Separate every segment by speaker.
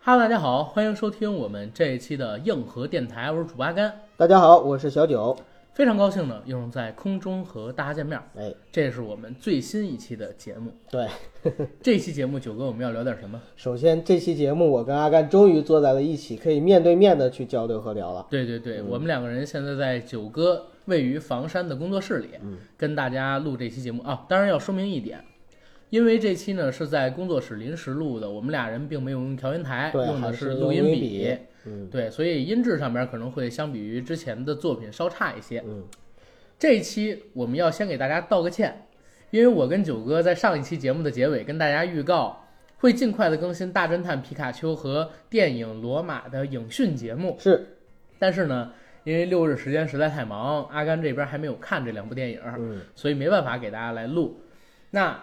Speaker 1: 哈喽，大家好，欢迎收听我们这一期的硬核电台，我是主八甘，
Speaker 2: 大家好，我是小九。
Speaker 1: 非常高兴呢，又能在空中和大家见面。
Speaker 2: 哎，
Speaker 1: 这是我们最新一期的节目。
Speaker 2: 对，
Speaker 1: 这期节目九哥，我们要聊点什么？
Speaker 2: 首先这期节目我跟阿甘终于坐在了一起，可以面对面的去交流和聊了。
Speaker 1: 对对对，我们两个人现在在九哥位于房山的工作室里，
Speaker 2: 嗯
Speaker 1: 跟大家录这期节目啊。当然要说明一点，因为这期呢是在工作室临时录的，我们俩人并没有用调音台，
Speaker 2: 对
Speaker 1: 哎用的
Speaker 2: 还
Speaker 1: 是
Speaker 2: 是
Speaker 1: 录
Speaker 2: 用
Speaker 1: 音
Speaker 2: 录音
Speaker 1: 笔
Speaker 2: 笔。嗯
Speaker 1: 对，所以音质上面可能会相比于之前的作品稍差一些。
Speaker 2: 嗯，
Speaker 1: 这一期我们要先给大家道个歉，因为我跟九哥在上一期节目的结尾跟大家预告，会尽快的更新《大侦探皮卡丘》和电影《罗马》的影讯节目。
Speaker 2: 是，
Speaker 1: 但是呢，因为六日时间实在太忙，阿甘这边还没有看这两部电影，
Speaker 2: 嗯，
Speaker 1: 所以没办法给大家来录。那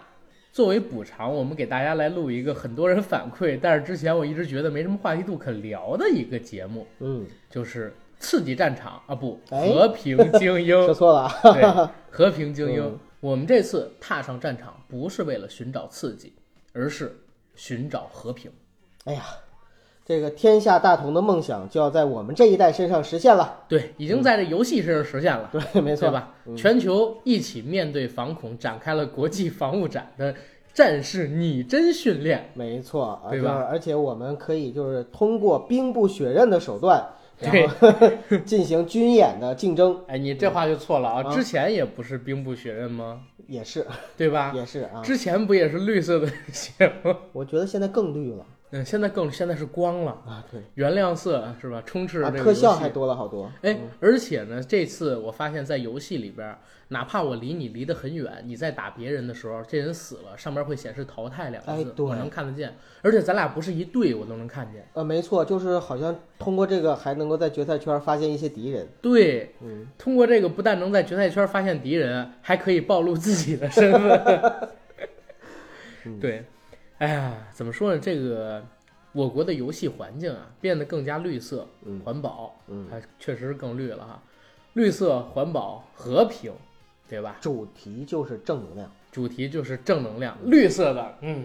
Speaker 1: 作为补偿，我们给大家来录一个很多人反馈，但是之前我一直觉得没什么话题度可聊的一个节目，
Speaker 2: 嗯，
Speaker 1: 就是《刺激战场》啊，不，
Speaker 2: 哎
Speaker 1: 和平精 英。
Speaker 2: 说错了啊。
Speaker 1: 对，和平精英
Speaker 2: 嗯。
Speaker 1: 我们这次踏上战场，不是为了寻找刺激，而是寻找和平。
Speaker 2: 哎呀，这个天下大同的梦想就要在我们这一代身上实现了。
Speaker 1: 对，已经在这游戏上实现了，
Speaker 2: 对，没
Speaker 1: 对
Speaker 2: 错，嗯
Speaker 1: 吧？全球一起面对反恐，展开了国际防务展的战士拟真训练。
Speaker 2: 没错，啊
Speaker 1: 对吧
Speaker 2: 就是而且我们可以就是通过兵不血刃的手段，
Speaker 1: 对
Speaker 2: 然后 进行军演的竞争，
Speaker 1: 哎，你这话就错了啊！
Speaker 2: 啊
Speaker 1: 之前也不是兵不血刃吗？
Speaker 2: 也是，
Speaker 1: 对吧？
Speaker 2: 也是啊。
Speaker 1: 之前不也是绿色的 血吗？
Speaker 2: 我觉得现在更绿了
Speaker 1: 嗯，现在更现在是光了，
Speaker 2: 啊，对，
Speaker 1: 原亮色是吧？充斥着
Speaker 2: 啊，
Speaker 1: 这个
Speaker 2: 特
Speaker 1: 游戏
Speaker 2: 效还多了好多。
Speaker 1: 哎，而且呢，这次我发现，在游戏里边儿，哪怕我离你离得很远，你在打别人的时候，这人死了，上面会显示淘汰两个
Speaker 2: 哎
Speaker 1: 字，
Speaker 2: 对
Speaker 1: 我能看得见。而且咱俩不是一队，我都能看见。
Speaker 2: 呃，没错，就是好像通过这个还能够在决赛圈发现一些敌人。
Speaker 1: 对，
Speaker 2: 嗯，
Speaker 1: 通过这个不但能在决赛圈发现敌人，还可以暴露自己的身份。
Speaker 2: 嗯
Speaker 1: 对，哎呀，怎么说呢？这个我国的游戏环境啊，变得更加绿色、
Speaker 2: 嗯
Speaker 1: 环保，
Speaker 2: 嗯
Speaker 1: 它确实更绿了哈。绿色、环保、和平，对吧？
Speaker 2: 主题就是正能量。
Speaker 1: 主题就是正能量，绿色的，嗯，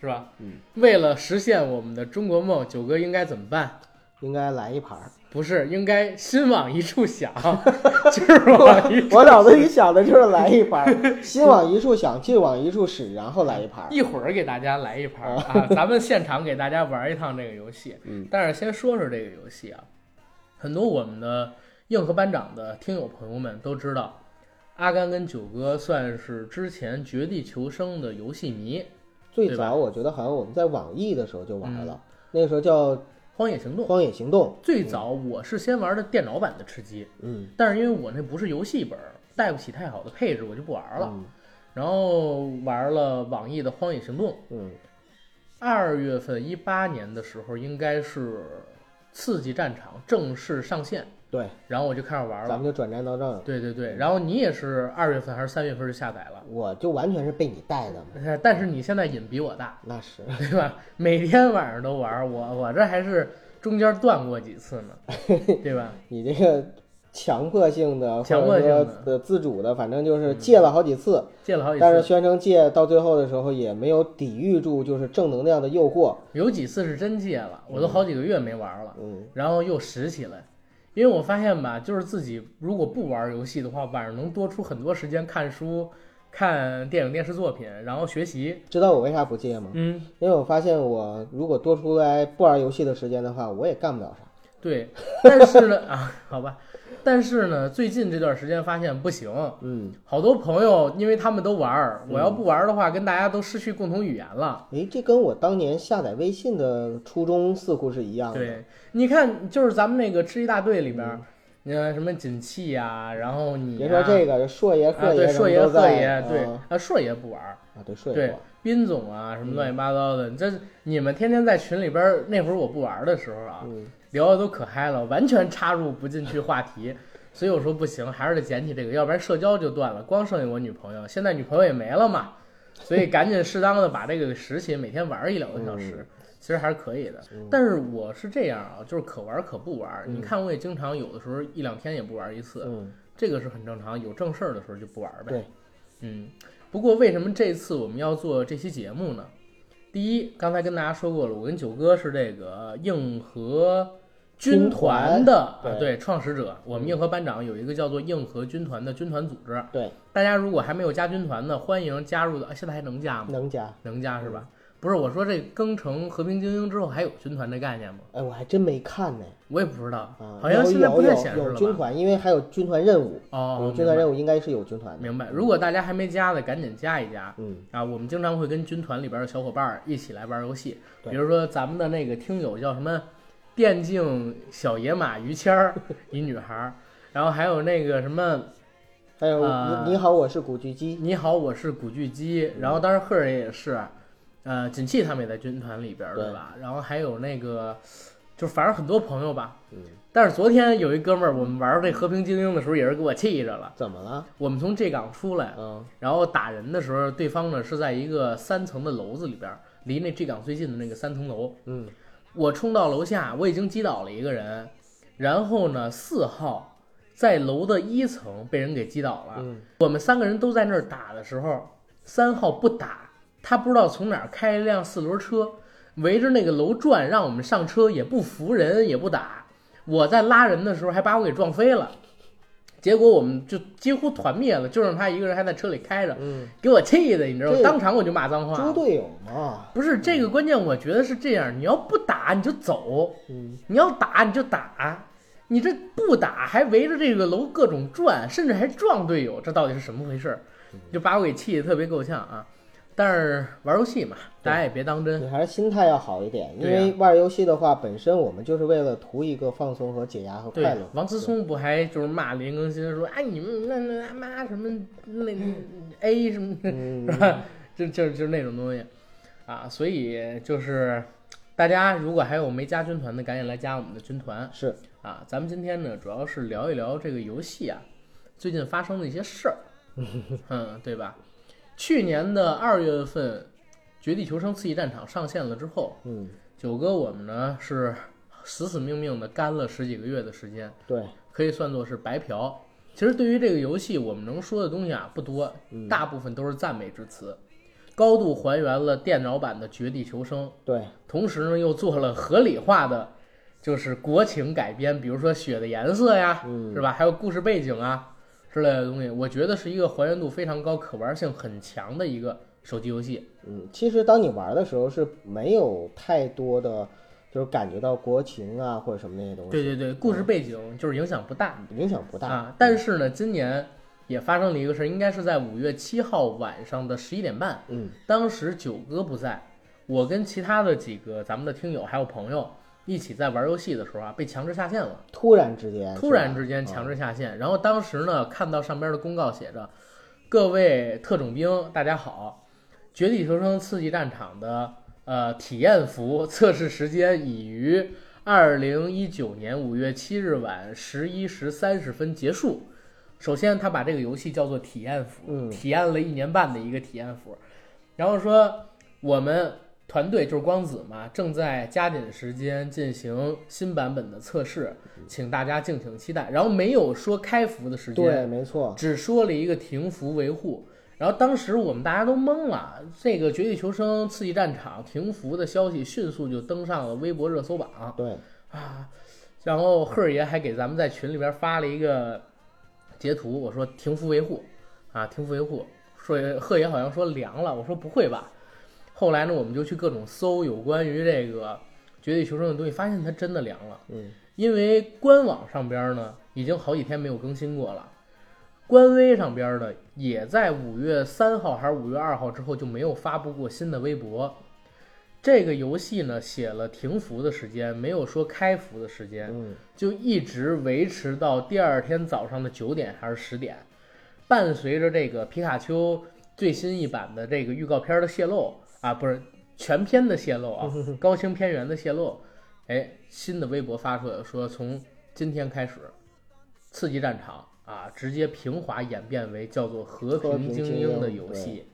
Speaker 1: 是吧？
Speaker 2: 嗯，
Speaker 1: 为了实现我们的中国梦，九哥应该怎么办？
Speaker 2: 应该来一 盘儿，
Speaker 1: 不是，应该心往一处想， 就是往一处
Speaker 2: 我脑子里想的就是来一盘 儿，心往一处想，劲往一处使，然后来一盘儿。
Speaker 1: 一会儿给大家来一盘儿啊，咱们现场给大家玩一趟这个游戏。
Speaker 2: 嗯，
Speaker 1: 但是先说说这个游戏啊，很多我们的硬核班长的听友朋友们都知道，阿甘跟九哥算是之前《绝地求生》的游戏迷，
Speaker 2: 最
Speaker 1: 对吧嗯
Speaker 2: 早我觉得好像我们在网易的时候就玩了，那个时候叫《
Speaker 1: 《荒野行动》。
Speaker 2: 荒野行动》。
Speaker 1: 最早我是先玩的电脑版的吃鸡，
Speaker 2: 嗯，
Speaker 1: 但是因为我那不是游戏本儿，带不起太好的配置，我就不玩了。
Speaker 2: 嗯
Speaker 1: 然后玩了网易的《荒野行动》，
Speaker 2: 嗯，
Speaker 1: 二月份一八年的时候，应该是《刺激战场》正式上线，
Speaker 2: 对，
Speaker 1: 然后我就开始玩
Speaker 2: 咱
Speaker 1: 了。
Speaker 2: 们就转战到这儿了。
Speaker 1: 对对对，然后你也是二月份还是三月份就下载了，
Speaker 2: 我就完全是被你带的嘛，
Speaker 1: 呃但是你现在瘾比我大，
Speaker 2: 那是。
Speaker 1: 对吧？每天晚上都玩，我我这还是中间断过几次 呢，对吧？
Speaker 2: 你这个强迫性的，
Speaker 1: 强迫性的
Speaker 2: 或者说呃自主的，反正就是戒了好几次，
Speaker 1: 戒了好几
Speaker 2: 但是
Speaker 1: 次，
Speaker 2: 宣称戒到最后的时候也没有抵御住就是正能量的诱惑，
Speaker 1: 有几次是真戒了，我都好几个月没玩了。
Speaker 2: 嗯，
Speaker 1: 然后又拾起来。因为我发现吧，就是自己如果不玩游戏的话，晚上能多出很多时间看书、看电影、电视作品，然后学习。
Speaker 2: 知道我为啥不戒吗？
Speaker 1: 嗯，
Speaker 2: 因为我发现我如果多出来不玩游戏的时间的话，我也干不了啥。
Speaker 1: 对。但是呢， 啊，好吧，但是呢，最近这段时间发现不行，
Speaker 2: 嗯，
Speaker 1: 好多朋友因为他们都玩儿，我要不玩儿的话，跟大家都失去共同语言了。
Speaker 2: 诶，这跟我当年下载微信的初衷似乎是一样的。，
Speaker 1: 对，你看，就是咱们那个吃一大队里边儿，你看什么锦气呀、然后你、
Speaker 2: 嗯别
Speaker 1: 呀，
Speaker 2: 说这个，硕爷、
Speaker 1: 啊，
Speaker 2: 贺
Speaker 1: 对，
Speaker 2: 爷
Speaker 1: 硕爷、
Speaker 2: 什么都
Speaker 1: 贺
Speaker 2: 在
Speaker 1: 爷，对，
Speaker 2: 啊，
Speaker 1: 啊，硕爷不玩儿。
Speaker 2: 啊对，硕
Speaker 1: 对
Speaker 2: 爷，
Speaker 1: 斌总啊，什么乱七八糟的，你这你们天天在群里边儿，那会儿我不玩儿的时候啊，
Speaker 2: 嗯
Speaker 1: 聊的都可嗨了，完全插入不进去话题，所以我说不行，还是得捡起这个，要不然社交就断了，光剩下我女朋友，现在女朋友也没了嘛，所以赶紧适当的把这个拾起，每天玩儿一两个小时。其实还是可以的，但是我是这样啊，就是可玩儿可不玩儿。你看，我也经常有的时候一两天也不玩儿一次，
Speaker 2: 嗯，
Speaker 1: 这个是很正常，有正事儿的时候就不玩儿呗。
Speaker 2: 对，
Speaker 1: 嗯，不过为什么这次我们要做这期节目呢？第一，刚才跟大家说过了，我跟九哥是这个硬核
Speaker 2: 军
Speaker 1: 军团的
Speaker 2: 团嗯
Speaker 1: 啊，对，创始者。我们硬核班长有一个叫做硬核军团的军团组织，
Speaker 2: 对，
Speaker 1: 大家如果还没有加军团的，欢迎加入的。啊现在还能加吗？
Speaker 2: 能加。
Speaker 1: 能加是吧？不是，我说这更成和平精英之后还有军团这概念吗？
Speaker 2: 哎，我还真没看呢，
Speaker 1: 我也不知道
Speaker 2: 啊，，
Speaker 1: 好像现在
Speaker 2: 有
Speaker 1: 不太
Speaker 2: 有
Speaker 1: 显示
Speaker 2: 有
Speaker 1: 了
Speaker 2: 军
Speaker 1: 吧？
Speaker 2: 团，因为还有军团任务，有
Speaker 1: 哦，
Speaker 2: 军
Speaker 1: 明
Speaker 2: 团
Speaker 1: 白
Speaker 2: 任务应该是有军团的，
Speaker 1: 明白。如果大家还没加的，赶紧加一加。
Speaker 2: 嗯，
Speaker 1: 啊，我们经常会跟军团里边的小伙伴儿一起来玩游戏，
Speaker 2: 对
Speaker 1: 比如说咱们的那个听友叫什么电竞小野马于谦 儿，一女孩儿，然后还有那个什么
Speaker 2: 还有
Speaker 1: 啊
Speaker 2: 你你好，我是古巨基，
Speaker 1: 你好，我是古巨基，然后当然赫人也是，呃，锦气他们也在军团里边儿，
Speaker 2: 对
Speaker 1: 对吧？然后还有那个，就反正很多朋友吧。
Speaker 2: 嗯，
Speaker 1: 但是昨天有一哥们儿，我们玩这和平精英的时候也是给我气着了。
Speaker 2: 怎么了？
Speaker 1: 我们从 J 港出来，
Speaker 2: 嗯，
Speaker 1: 然后打人的时候，对方呢是在一个三层的楼子里边儿，离那 G 港最近的那个三层楼。
Speaker 2: 嗯，
Speaker 1: 我冲到楼下，我已经击倒了一个人，然后呢，四号在楼的一层被人给击倒了。
Speaker 2: 嗯
Speaker 1: 我们三个人都在那儿打的时候，三号不打，他不知道从哪儿开了一辆四轮车，围着那个楼转，让我们上车，也不扶人，也不打。我在拉人的时候还把我给撞飞了，结果我们就几乎团灭了，就剩他一个人还在车里开着，
Speaker 2: 嗯，
Speaker 1: 给我气的，你知道吗？
Speaker 2: 这
Speaker 1: 当场我就骂脏话
Speaker 2: 猪
Speaker 1: 了。
Speaker 2: 队友嘛，
Speaker 1: 不是这个关键，我觉得是这样，你要不打你就走，
Speaker 2: 嗯，
Speaker 1: 你要打你就打，你这不打还围着这个楼各种转，甚至还撞队友，这到底是什么回事儿？
Speaker 2: 嗯
Speaker 1: 就把我给气得特别够呛啊！但是玩游戏嘛，大家也别当真。
Speaker 2: 你还是心态要好一点，因
Speaker 1: 对呀
Speaker 2: 为玩游戏的话，本身我们就是为了图一个放松和解压和快
Speaker 1: 对
Speaker 2: 乐，，
Speaker 1: 王思聪不还就是骂林更新说：“哎，你们那那他妈什么那 A 什么
Speaker 2: 嗯
Speaker 1: 是，吧？就就就是那种东西啊，所以就是大家如果还有没加军团的，赶紧来加我们的军团
Speaker 2: 是，
Speaker 1: 啊！咱们今天呢，主要是聊一聊这个游戏啊，最近发生的一些事儿，嗯，对吧？去年的二月份，《绝地求生：刺激战场》上线了之后，
Speaker 2: 嗯，
Speaker 1: 九哥我们呢是死死命命的干了十几个月的时间，
Speaker 2: 对，
Speaker 1: 可以算作是白嫖。其实对于这个游戏，我们能说的东西啊不多，大部分都是赞美之词，高度还原了电脑版的《绝地求生》，
Speaker 2: 对，
Speaker 1: 同时呢又做了合理化的，就是国情改编，比如说血的颜色呀，
Speaker 2: 嗯
Speaker 1: 是吧？还有故事背景啊之类的东西，我觉得是一个还原度非常高、可玩性很强的一个手机游戏。
Speaker 2: 嗯，其实当你玩的时候是没有太多的，就是感觉到国情啊或者什么那些东西，
Speaker 1: 对对对，故事背景就是影响不大。
Speaker 2: 影响不大。
Speaker 1: 啊。但是呢，今年也发生了一个事儿，应该是在五月七号晚上的十一点半，
Speaker 2: 嗯，
Speaker 1: 当时九哥不在，我跟其他的几个咱们的听友还有朋友一起在玩游戏的时候啊，被强制下线了。
Speaker 2: 突然之间，嗯
Speaker 1: 突然之间强制下线。然后当时呢，看到上边的公告写着：“各位特种兵，大家好，《绝地求生：刺激战场的》呃体验服测试时间已于二零一九年五月七日晚十一时三十分结束。”首先，他把这个游戏叫做体验服，
Speaker 2: 嗯
Speaker 1: 体验了一年半的一个体验服，然后说我们团队就是光子嘛，正在加紧时间进行新版本的测试，请大家敬请期待。然后没有说开服的时
Speaker 2: 是吧，对，
Speaker 1: 间，
Speaker 2: 没错，
Speaker 1: 只说了一个停服维护。然后当时我们大家都懵了，这个《绝地求生：刺激战场》停服的消息迅速就登上了微博热搜榜
Speaker 2: 对，
Speaker 1: 啊！然后赫儿爷还给咱们在群里边发了一个截图，我说停服维护啊，停服维护。说赫爷好像说凉了，我说不会吧。后来呢，我们就去各种搜有关于这个《绝地求生》的东西，发现它真的凉了。
Speaker 2: 嗯，
Speaker 1: 因为官网上边呢已经好几天没有更新过了，官微上边的也在五月三号还是五月二号之后就没有发布过新的微博。这个游戏呢写了停服的时间，没有说开服的时间，
Speaker 2: 嗯，
Speaker 1: 就一直维持到第二天早上的九点还是十点，伴随着这个皮卡丘最新一版的这个预告片的泄露啊，不是全片的泄露啊， 高清片源的泄露，哎，新的微博发出来说，从今天开始，刺激战场啊，直接平滑演变为叫做和
Speaker 2: 和
Speaker 1: 平
Speaker 2: 平
Speaker 1: 精
Speaker 2: 精
Speaker 1: 英的
Speaker 2: 英
Speaker 1: 游
Speaker 2: 对
Speaker 1: 戏。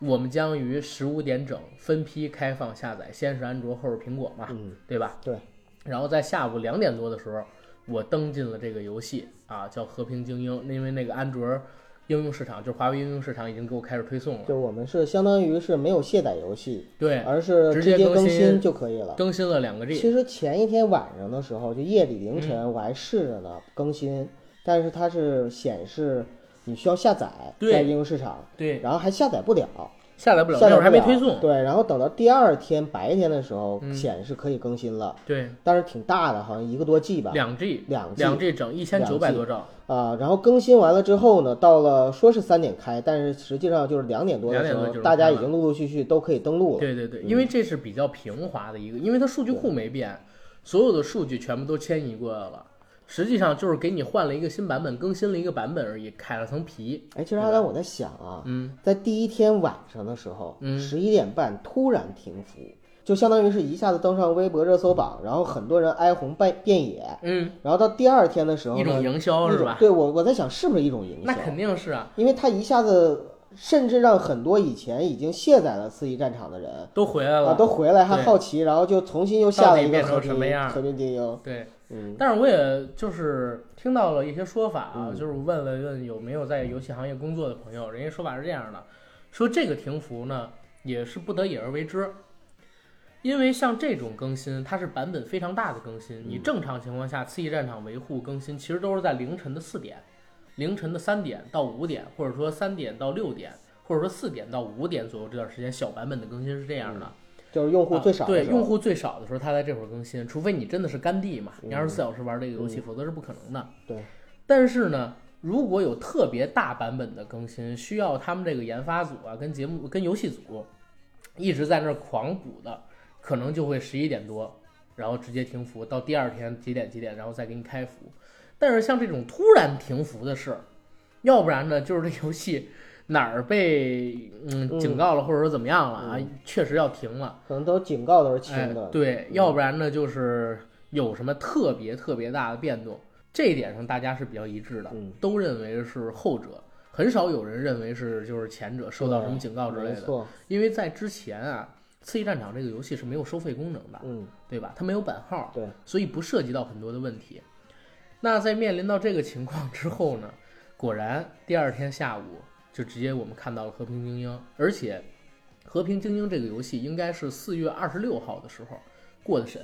Speaker 1: 我们将于十五点整分批开放下载，先是安卓，后是苹果嘛，
Speaker 2: 嗯
Speaker 1: 对吧？
Speaker 2: 对，
Speaker 1: 然后在下午两点多的时候，我登进了这个游戏啊，叫《和平精英》，因为那个安卓应用市场，就是华为应用市场已经给我开始推送了。
Speaker 2: 就我们是相当于是没有卸载游戏，
Speaker 1: 对，
Speaker 2: 而是
Speaker 1: 直
Speaker 2: 直
Speaker 1: 接
Speaker 2: 接
Speaker 1: 更
Speaker 2: 更
Speaker 1: 新
Speaker 2: 新就可以了。
Speaker 1: 更新了两个 G，
Speaker 2: 其实前一天晚上的时候，就夜里
Speaker 1: 嗯
Speaker 2: 凌晨，我还试着呢更新，但是它是显示你需要下载
Speaker 1: 对
Speaker 2: 在应用市场，
Speaker 1: 对，
Speaker 2: 然后还下载不了，
Speaker 1: 下载不了，
Speaker 2: 下
Speaker 1: 那
Speaker 2: 载
Speaker 1: 会
Speaker 2: 不
Speaker 1: 儿
Speaker 2: 了
Speaker 1: 还没推送。
Speaker 2: 对，然后等到第二天白天的时候，
Speaker 1: 嗯
Speaker 2: 显示可以更新了，
Speaker 1: 对，
Speaker 2: 但是挺大的，好像一个多 G 吧，
Speaker 1: 两 G，
Speaker 2: 两 G
Speaker 1: 两 G 整一千九百多兆，
Speaker 2: 啊、然后更新完了之后呢，到了说是三点开，但是实际上就是两点多的时
Speaker 1: 2点多
Speaker 2: 候
Speaker 1: 就，是
Speaker 2: 大家
Speaker 1: 开了
Speaker 2: 已经陆陆续续都可以登录了。
Speaker 1: 对对对，因为
Speaker 2: 嗯
Speaker 1: 这是比较平滑的一个，因为它数据库没变，所有的数据全部都迁移过来了，实际上就是给你换了一个新版本，更新了一个版本而已，揩了层皮。
Speaker 2: 哎，其实阿丹，我在想啊，
Speaker 1: 嗯，
Speaker 2: 在第一天晚上的时候，
Speaker 1: 嗯
Speaker 2: 十一点半突然停服，就相当于是一下子登上微博热搜榜，然后很多人哀鸿遍遍野。
Speaker 1: 嗯，
Speaker 2: 然后到第二天的时候呢，
Speaker 1: 一种营销
Speaker 2: 一
Speaker 1: 是
Speaker 2: 种
Speaker 1: 吧？
Speaker 2: 对我我在想是不是一种营
Speaker 1: 那
Speaker 2: 销，
Speaker 1: 肯定是啊，
Speaker 2: 因为它一下子甚至让很多以前已经卸载了四一战场的人
Speaker 1: 都回来
Speaker 2: 啊
Speaker 1: 了。
Speaker 2: 都回来，还
Speaker 1: 对
Speaker 2: 好奇，然后就重新又下了一
Speaker 1: 到底
Speaker 2: 个
Speaker 1: 变成
Speaker 2: 和平
Speaker 1: 什么样
Speaker 2: 和平精英，
Speaker 1: 对，
Speaker 2: 嗯，
Speaker 1: 但是我也就是听到了一些说法啊，
Speaker 2: 嗯
Speaker 1: 就是问了问有没有在游戏行业工作的朋友，人家说法是这样的，说这个停服呢也是不得已而为之，因为像这种更新它是版本非常大的更
Speaker 2: 嗯
Speaker 1: 新，你正常情况下次一战场维护更新其实都是在凌晨的四点、凌晨的三点到五点，或者说三点到六点，或者说四点到五点左右这段时间小版本的更新是这样的。
Speaker 2: 就是用户最少
Speaker 1: 啊
Speaker 2: 的时候、
Speaker 1: 对用户最少的时候，它在这会儿更新，除非你真的是干地嘛，
Speaker 2: 嗯
Speaker 1: 你二十四小时玩这个游戏，否则是不可能的。
Speaker 2: 对，
Speaker 1: 但是呢，如果有特别大版本的更新，需要他们这个研发组啊，跟节目跟游戏组一直在那儿狂补的，可能就会十一点多，然后直接停服，到第二天几点几点，然后再给你开服。但是像这种突然停服的事儿，要不然呢，就是这游戏哪儿被嗯
Speaker 2: 嗯
Speaker 1: 警告了，或者说怎么样了啊，确实要停了。
Speaker 2: 可能都警告都是轻的，嗯
Speaker 1: 哎。对，要不然呢就是有什么特别特别大的变动，这一点上大家是比较一致的，
Speaker 2: 嗯
Speaker 1: 都认为是后者，很少有人认为是就是前者受到什么警告之类
Speaker 2: 嗯没
Speaker 1: 的，
Speaker 2: 错，
Speaker 1: 因为在之前啊。《刺激战场》这个游戏是没有收费功能的，
Speaker 2: 嗯，
Speaker 1: 对吧？它没有版号，
Speaker 2: 对，
Speaker 1: 所以不涉及到很多的问题。那在面临到这个情况之后呢，果然第二天下午就直接我们看到了《和平精英》，而且《和平精英》这个游戏应该是四月二十六号的时候过的审。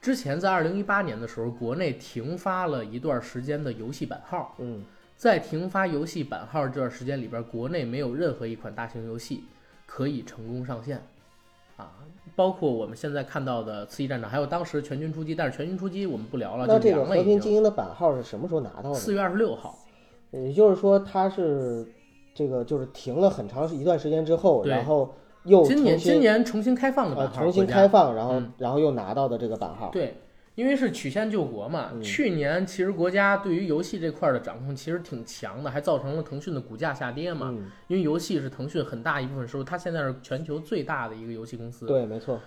Speaker 1: 之前在二零一八年的时候，国内停发了一段时间的游戏版号，
Speaker 2: 嗯，
Speaker 1: 在停发游戏版号这段时间里边，国内没有任何一款大型游戏可以成功上线，啊，包括我们现在看到的《刺激战场》，还有当时《全军出击》，但是《全军出击》我们不聊了，
Speaker 2: 那
Speaker 1: 就
Speaker 2: 这个
Speaker 1: 凉了
Speaker 2: 和
Speaker 1: 已
Speaker 2: 平精
Speaker 1: 经。
Speaker 2: 英的版号是什么时候拿到的？
Speaker 1: 四月二十六号，
Speaker 2: 也就是说，它是这个就是停了很长时一段时间之后，
Speaker 1: 对
Speaker 2: 然后又
Speaker 1: 今年
Speaker 2: 重新
Speaker 1: 今年重新开放的版
Speaker 2: 呃
Speaker 1: 号，
Speaker 2: 重新
Speaker 1: 国家
Speaker 2: 开放，然后
Speaker 1: 嗯
Speaker 2: 然后又拿到的这个版号。
Speaker 1: 对，因为是曲线救国嘛。
Speaker 2: 嗯
Speaker 1: 去年其实国家对于游戏这块儿的掌控其实挺强的，还造成了腾讯的股价下跌嘛。
Speaker 2: 嗯，
Speaker 1: 因为游戏是腾讯很大一部分收入，它现在是全球最大的一个游戏公司。
Speaker 2: 对，没错，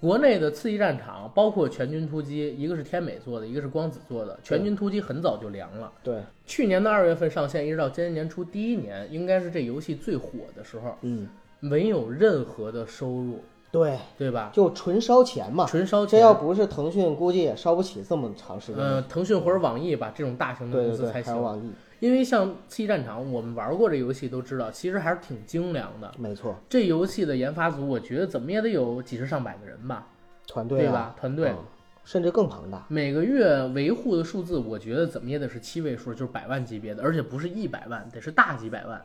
Speaker 1: 国内的刺激战场，包括全军突击，一个是天美做的，一个是光子做的。全军突击很早就凉了，
Speaker 2: 对，
Speaker 1: 去年的二月份上线，一直到今年年初第一年，应该是这游戏最火的时候，
Speaker 2: 嗯，
Speaker 1: 没有任何的收入，
Speaker 2: 对，
Speaker 1: 对吧？
Speaker 2: 就纯烧钱嘛。
Speaker 1: 纯烧
Speaker 2: 这
Speaker 1: 钱。
Speaker 2: 要不是腾讯，估计也烧不起这么长时间。
Speaker 1: 呃，腾讯或者网易吧，这种大型的
Speaker 2: 对
Speaker 1: 公
Speaker 2: 对
Speaker 1: 司
Speaker 2: 对，
Speaker 1: 才
Speaker 2: 还
Speaker 1: 行。
Speaker 2: 有网易，
Speaker 1: 因为像《刺激战场》，我们玩过这游戏都知道，其实还是挺精良的。
Speaker 2: 没错，
Speaker 1: 这游戏的研发组，我觉得怎么也得有几十上百个人吧，
Speaker 2: 团
Speaker 1: 对
Speaker 2: 队啊，
Speaker 1: 吧？团队。
Speaker 2: 嗯甚至更庞大。
Speaker 1: 每个月维护的数字，我觉得怎么也得是七位数，就是百万级别的，而且不是一百万，得是大几百万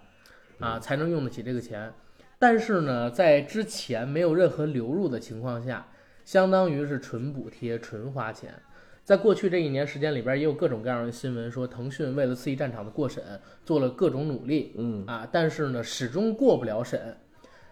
Speaker 1: 啊，才能用得起这个钱。但是呢，在之前没有任何流入的情况下，相当于是纯补贴、纯花钱。在过去这一年时间里边，也有各种各样的新闻说，腾讯为了刺激战场的过审，做了各种努力，
Speaker 2: 嗯
Speaker 1: 啊，但是呢，始终过不了审，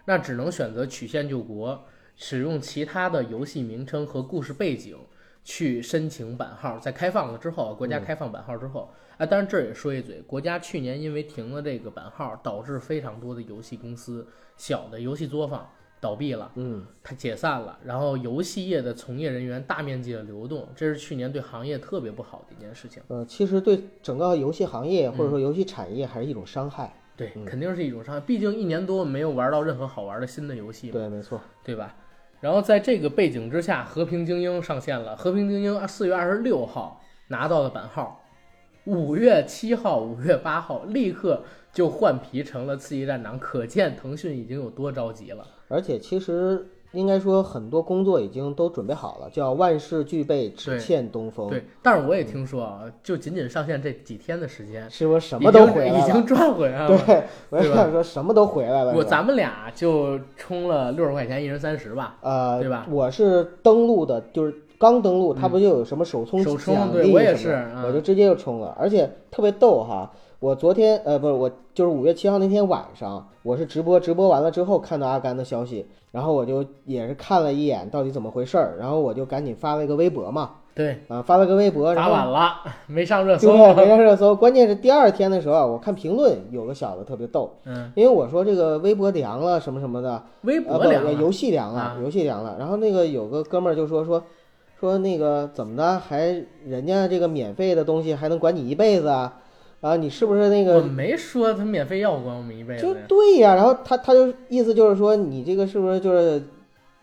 Speaker 1: 那只能选择曲线救国，使用其他的游戏名称和故事背景去申请版号，在开放了之后，国家开放版号之后，啊，当然这儿也说一嘴，国家去年因为停了这个版号，导致非常多的游戏公司、小的游戏作坊倒闭了，
Speaker 2: 嗯，
Speaker 1: 它解散了，然后游戏业的从业人员大面积的流动，这是去年对行业特别不好的一件事情。
Speaker 2: 呃，其实对整个游戏行业
Speaker 1: 嗯
Speaker 2: 或者说游戏产业还是一种伤害。
Speaker 1: 对，肯定是一种伤害，毕竟一年多没有玩到任何好玩的新的游戏嘛。
Speaker 2: 对，没错。
Speaker 1: 对吧？然后在这个背景之下，《和平精英》上线了，《和平精英》四月二十六号拿到的版号，五月七号、五月八号立刻就换皮成了次级站长，可见腾讯已经有多着急了。
Speaker 2: 而且其实应该说很多工作已经都准备好了，叫万事俱备，只
Speaker 1: 对
Speaker 2: 欠东风。
Speaker 1: 对，但是我也听说啊，就仅仅上线这几天的时间，
Speaker 2: 是我什
Speaker 1: 已
Speaker 2: 么都
Speaker 1: 经
Speaker 2: 回
Speaker 1: 已
Speaker 2: 来
Speaker 1: 经
Speaker 2: 了。
Speaker 1: 赚回来了。
Speaker 2: 对，我也
Speaker 1: 对吧
Speaker 2: 想说什么都回来了。
Speaker 1: 我
Speaker 2: 是吧
Speaker 1: 咱们俩就充了六十块钱，一人三十吧，
Speaker 2: 呃，
Speaker 1: 对吧
Speaker 2: 我是登录的，就是刚登录，它不就有什么首充
Speaker 1: 首充
Speaker 2: 奖
Speaker 1: 嗯对
Speaker 2: 励
Speaker 1: 我也
Speaker 2: 什么的
Speaker 1: 是嗯
Speaker 2: 我就直接就充了，而且特别逗哈。我昨天呃不是我就是五月七号那天晚上，我是直播，直播完了之后看到阿甘的消息，然后我就也是看了一眼到底怎么回事儿，然后我就赶紧发了一个微博嘛，
Speaker 1: 对，
Speaker 2: 啊、发了个微博，然
Speaker 1: 打
Speaker 2: 后
Speaker 1: 晚了，没上热
Speaker 2: 就
Speaker 1: 搜。
Speaker 2: 是没上热搜。关键是第二天的时候啊，我看评论有个小子特别逗，
Speaker 1: 嗯，
Speaker 2: 因为我说这个微博凉了什么什么的，
Speaker 1: 微
Speaker 2: 啊
Speaker 1: 博
Speaker 2: 不
Speaker 1: 凉
Speaker 2: 不
Speaker 1: 了，
Speaker 2: 游戏凉了，
Speaker 1: 啊
Speaker 2: 游戏凉了。然后那个有个哥们儿就说说说那个怎么的，还人家这个免费的东西还能管你一辈子啊？啊，你是不是那
Speaker 1: 我
Speaker 2: 个？
Speaker 1: 没说他免费要过我们一辈
Speaker 2: 就
Speaker 1: 子呀。
Speaker 2: 对呀、然后他他就意思就是说你这个是不是就是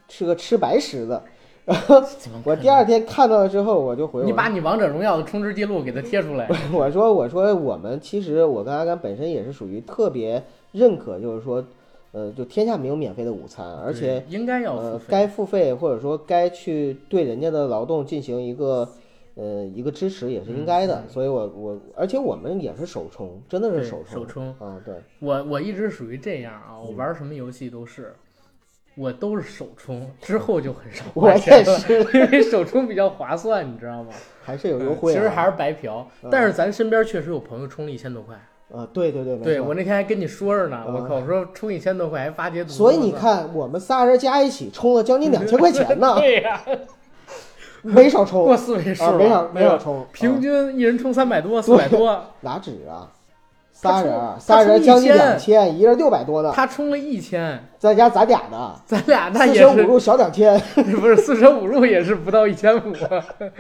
Speaker 2: 是个吃白食的？ 然后
Speaker 1: 怎么可
Speaker 2: 我
Speaker 1: 能
Speaker 2: 第二天看到了之后，我就回我
Speaker 1: 你
Speaker 2: 说
Speaker 1: 把你王者荣耀的充值记录给他贴出来。
Speaker 2: 我说我说我们其实我跟阿甘本身也是属于特别认可，就是说，呃，就天下没有免费的午餐， 而且
Speaker 1: 对应该要付
Speaker 2: 呃，
Speaker 1: 费。
Speaker 2: 该付费或者说该去对人家的劳动进行一个呃一个支持也是
Speaker 1: 嗯
Speaker 2: 应该的。所以我我而且我们也是首充，真的
Speaker 1: 对
Speaker 2: 是首充嗯
Speaker 1: 手充，
Speaker 2: 啊， 对，
Speaker 1: 我我一直属于这样啊，我玩什么游戏都是，我都是首充，之后就很少
Speaker 2: 我
Speaker 1: 花钱
Speaker 2: 也
Speaker 1: 了，
Speaker 2: 是，
Speaker 1: 因为首充比较划算，你知道吗？
Speaker 2: 还是有优惠啊、
Speaker 1: 其实还是白嫖
Speaker 2: 嗯，
Speaker 1: 但是咱身边确实有朋友充了一千多块。
Speaker 2: 啊，对对对，没
Speaker 1: 对
Speaker 2: 错
Speaker 1: 我那天还跟你说着呢，
Speaker 2: 嗯
Speaker 1: 我靠，我说充一千多块还发截图呢，，
Speaker 2: 所以你看，我们仨人加一起充了将近两千块钱呢
Speaker 1: 对呀，
Speaker 2: 没少充
Speaker 1: 过
Speaker 2: 啊，
Speaker 1: 四位数了，
Speaker 2: 没少没少
Speaker 1: 有，
Speaker 2: 充，
Speaker 1: 平
Speaker 2: 啊
Speaker 1: 均一人充三百多，四百多，
Speaker 2: 哪止啊，仨人啊
Speaker 1: 他充
Speaker 2: 仨人
Speaker 1: 他充
Speaker 2: 将近
Speaker 1: 1000
Speaker 2: 两千，一人六百多呢，
Speaker 1: 他充了一千，
Speaker 2: 再加咱俩呢，
Speaker 1: 咱俩那
Speaker 2: 四
Speaker 1: 也
Speaker 2: 舍五
Speaker 1: 是
Speaker 2: 入小两千，
Speaker 1: 不是 四舍五入也是不到一千五，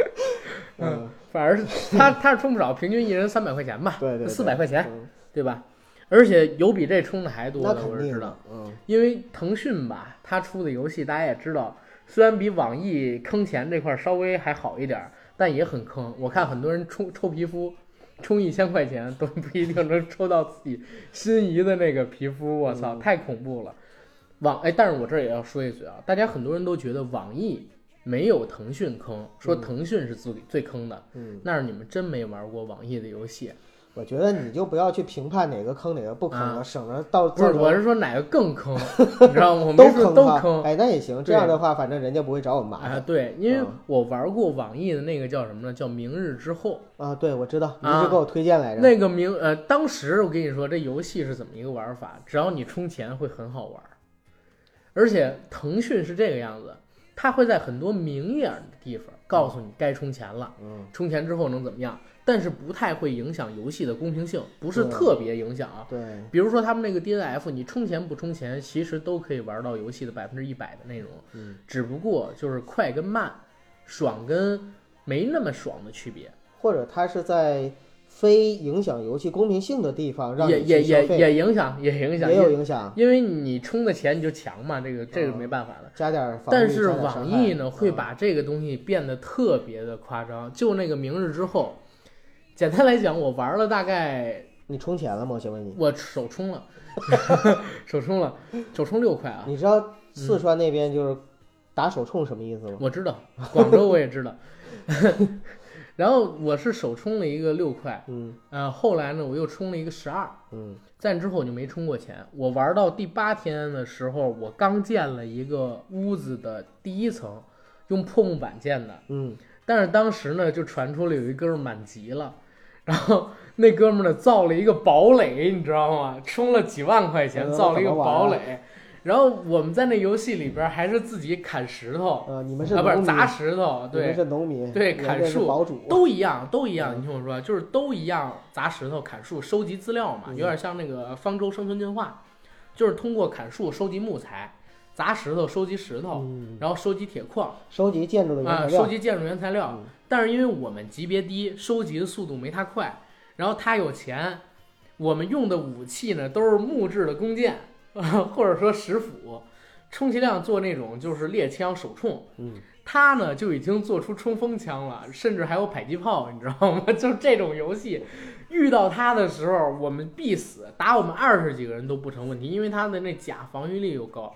Speaker 2: 嗯，
Speaker 1: 反而是 他他是充不少，平均一人三百块钱吧，
Speaker 2: 对对，对
Speaker 1: 四百块钱，
Speaker 2: 嗯
Speaker 1: 对吧？而且有比这充的还多
Speaker 2: 那
Speaker 1: 的，
Speaker 2: 肯
Speaker 1: 我是
Speaker 2: 定
Speaker 1: 知
Speaker 2: 的
Speaker 1: 道，，
Speaker 2: 嗯，
Speaker 1: 因为腾讯吧，它出的游戏大家也知道，虽然比网易坑钱这块儿稍微还好一点儿，但也很坑。我看很多人抽抽皮肤，充一千块钱都不一定能抽到自己心仪的那个皮肤，我操，太恐怖了。网哎，但是我这儿也要说一嘴啊，大家很多人都觉得网易没有腾讯坑，说腾讯是最最坑的，
Speaker 2: 嗯，
Speaker 1: 那是你们真没玩过网易的游戏。
Speaker 2: 我觉得你就不要去评判哪个坑哪个不坑了，
Speaker 1: 啊
Speaker 2: 省着到
Speaker 1: 不是，
Speaker 2: 到时候
Speaker 1: 我是说哪个更 坑，你知道吗？我没
Speaker 2: 都
Speaker 1: 说
Speaker 2: 坑
Speaker 1: 都
Speaker 2: 哈
Speaker 1: 坑。
Speaker 2: 哎，那也行，这
Speaker 1: 对
Speaker 2: 样的话，反正人家不会找我麻
Speaker 1: 啊，
Speaker 2: 烦
Speaker 1: 对，因为
Speaker 2: 嗯
Speaker 1: 我玩过网易的那个叫什么呢？叫《明日之后
Speaker 2: 啊。对，我知道，你一
Speaker 1: 啊
Speaker 2: 直给我推荐来》。着。
Speaker 1: 那个明呃，当时我跟你说，这游戏是怎么一个玩法？只要你充钱会很好玩，而且腾讯是这个样子，它会在很多明眼的地方告诉你该充钱了，
Speaker 2: 嗯，
Speaker 1: 充钱之后能怎么样，但是不太会影响游戏的公平性，不是
Speaker 2: 对
Speaker 1: 特别影响啊。
Speaker 2: 对，
Speaker 1: 比如说他们那个 DNF，你充钱不充钱，其实都可以玩到游戏的百分之一百的内容。
Speaker 2: 嗯，
Speaker 1: 只不过就是快跟慢、爽跟没那么爽的区别，
Speaker 2: 或者他是在非影响游戏公平性的地方让
Speaker 1: 也
Speaker 2: 你
Speaker 1: 也
Speaker 2: 去消
Speaker 1: 也
Speaker 2: 费，
Speaker 1: 也影响，也影响，
Speaker 2: 也有
Speaker 1: 因
Speaker 2: 影响，
Speaker 1: 因为你充的钱你就强嘛，这个这个没办法的。
Speaker 2: 加点防御。
Speaker 1: 但是
Speaker 2: 加点伤
Speaker 1: 网
Speaker 2: 害
Speaker 1: 易呢，会
Speaker 2: 嗯
Speaker 1: 把这个东西变得特别的夸张。就那个明日之后，简单来讲，我玩了大概
Speaker 2: 你充钱了吗？我先问你，
Speaker 1: 我首充了， 首充了，首充六块啊，
Speaker 2: 你知道四川那边就是打手冲什么意思吗？
Speaker 1: 我知道，广州我也知道。 然后我是首充了一个六块，
Speaker 2: 嗯
Speaker 1: 呃，后来呢，我又充了一个十二，
Speaker 2: 嗯
Speaker 1: 在那之后我就没充过钱。我玩到第八天的时候，我刚建了一个屋子的第一层，用破木板建的。
Speaker 2: 嗯，
Speaker 1: 但是当时呢，就传出了有一哥们儿满级了，然后那哥们儿呢造了一个堡垒，你知道吗？充了几万块
Speaker 2: 哎
Speaker 1: 钱
Speaker 2: 呦
Speaker 1: 造了一个
Speaker 2: 那怎么玩啊
Speaker 1: 堡垒，然后我们在那游戏里边还是自己砍石头，
Speaker 2: 呃，你们是
Speaker 1: 啊，不
Speaker 2: 农
Speaker 1: 是
Speaker 2: 民
Speaker 1: 砸石头，
Speaker 2: 你们
Speaker 1: 对
Speaker 2: 是农民，
Speaker 1: 对
Speaker 2: 人家
Speaker 1: 砍
Speaker 2: 是
Speaker 1: 树
Speaker 2: 堡主，
Speaker 1: 都一样，都一
Speaker 2: 嗯
Speaker 1: 样。你听我说，就是都一样，砸石头、砍树、收集资料嘛，
Speaker 2: 嗯
Speaker 1: 有点像那个方舟生存进化，就是通过砍树收集木材，砸石头收集石头，
Speaker 2: 嗯，
Speaker 1: 然后收集铁矿
Speaker 2: 收集建筑的原材
Speaker 1: 啊，
Speaker 2: 料，
Speaker 1: 收集建筑原材料
Speaker 2: 嗯。
Speaker 1: 但是因为我们级别低，收集的速度没他快，然后他有钱， 我们用的武器呢都是木质的弓箭，或者说石斧。充其量做那种就是猎枪手冲，
Speaker 2: 嗯，
Speaker 1: 他呢就已经做出冲锋枪了，甚至还有迫击炮，你知道吗？ 就这种游戏，遇到他的时候我们必死，打我们二十几个人都不成问题，因为他的那甲防御力又高。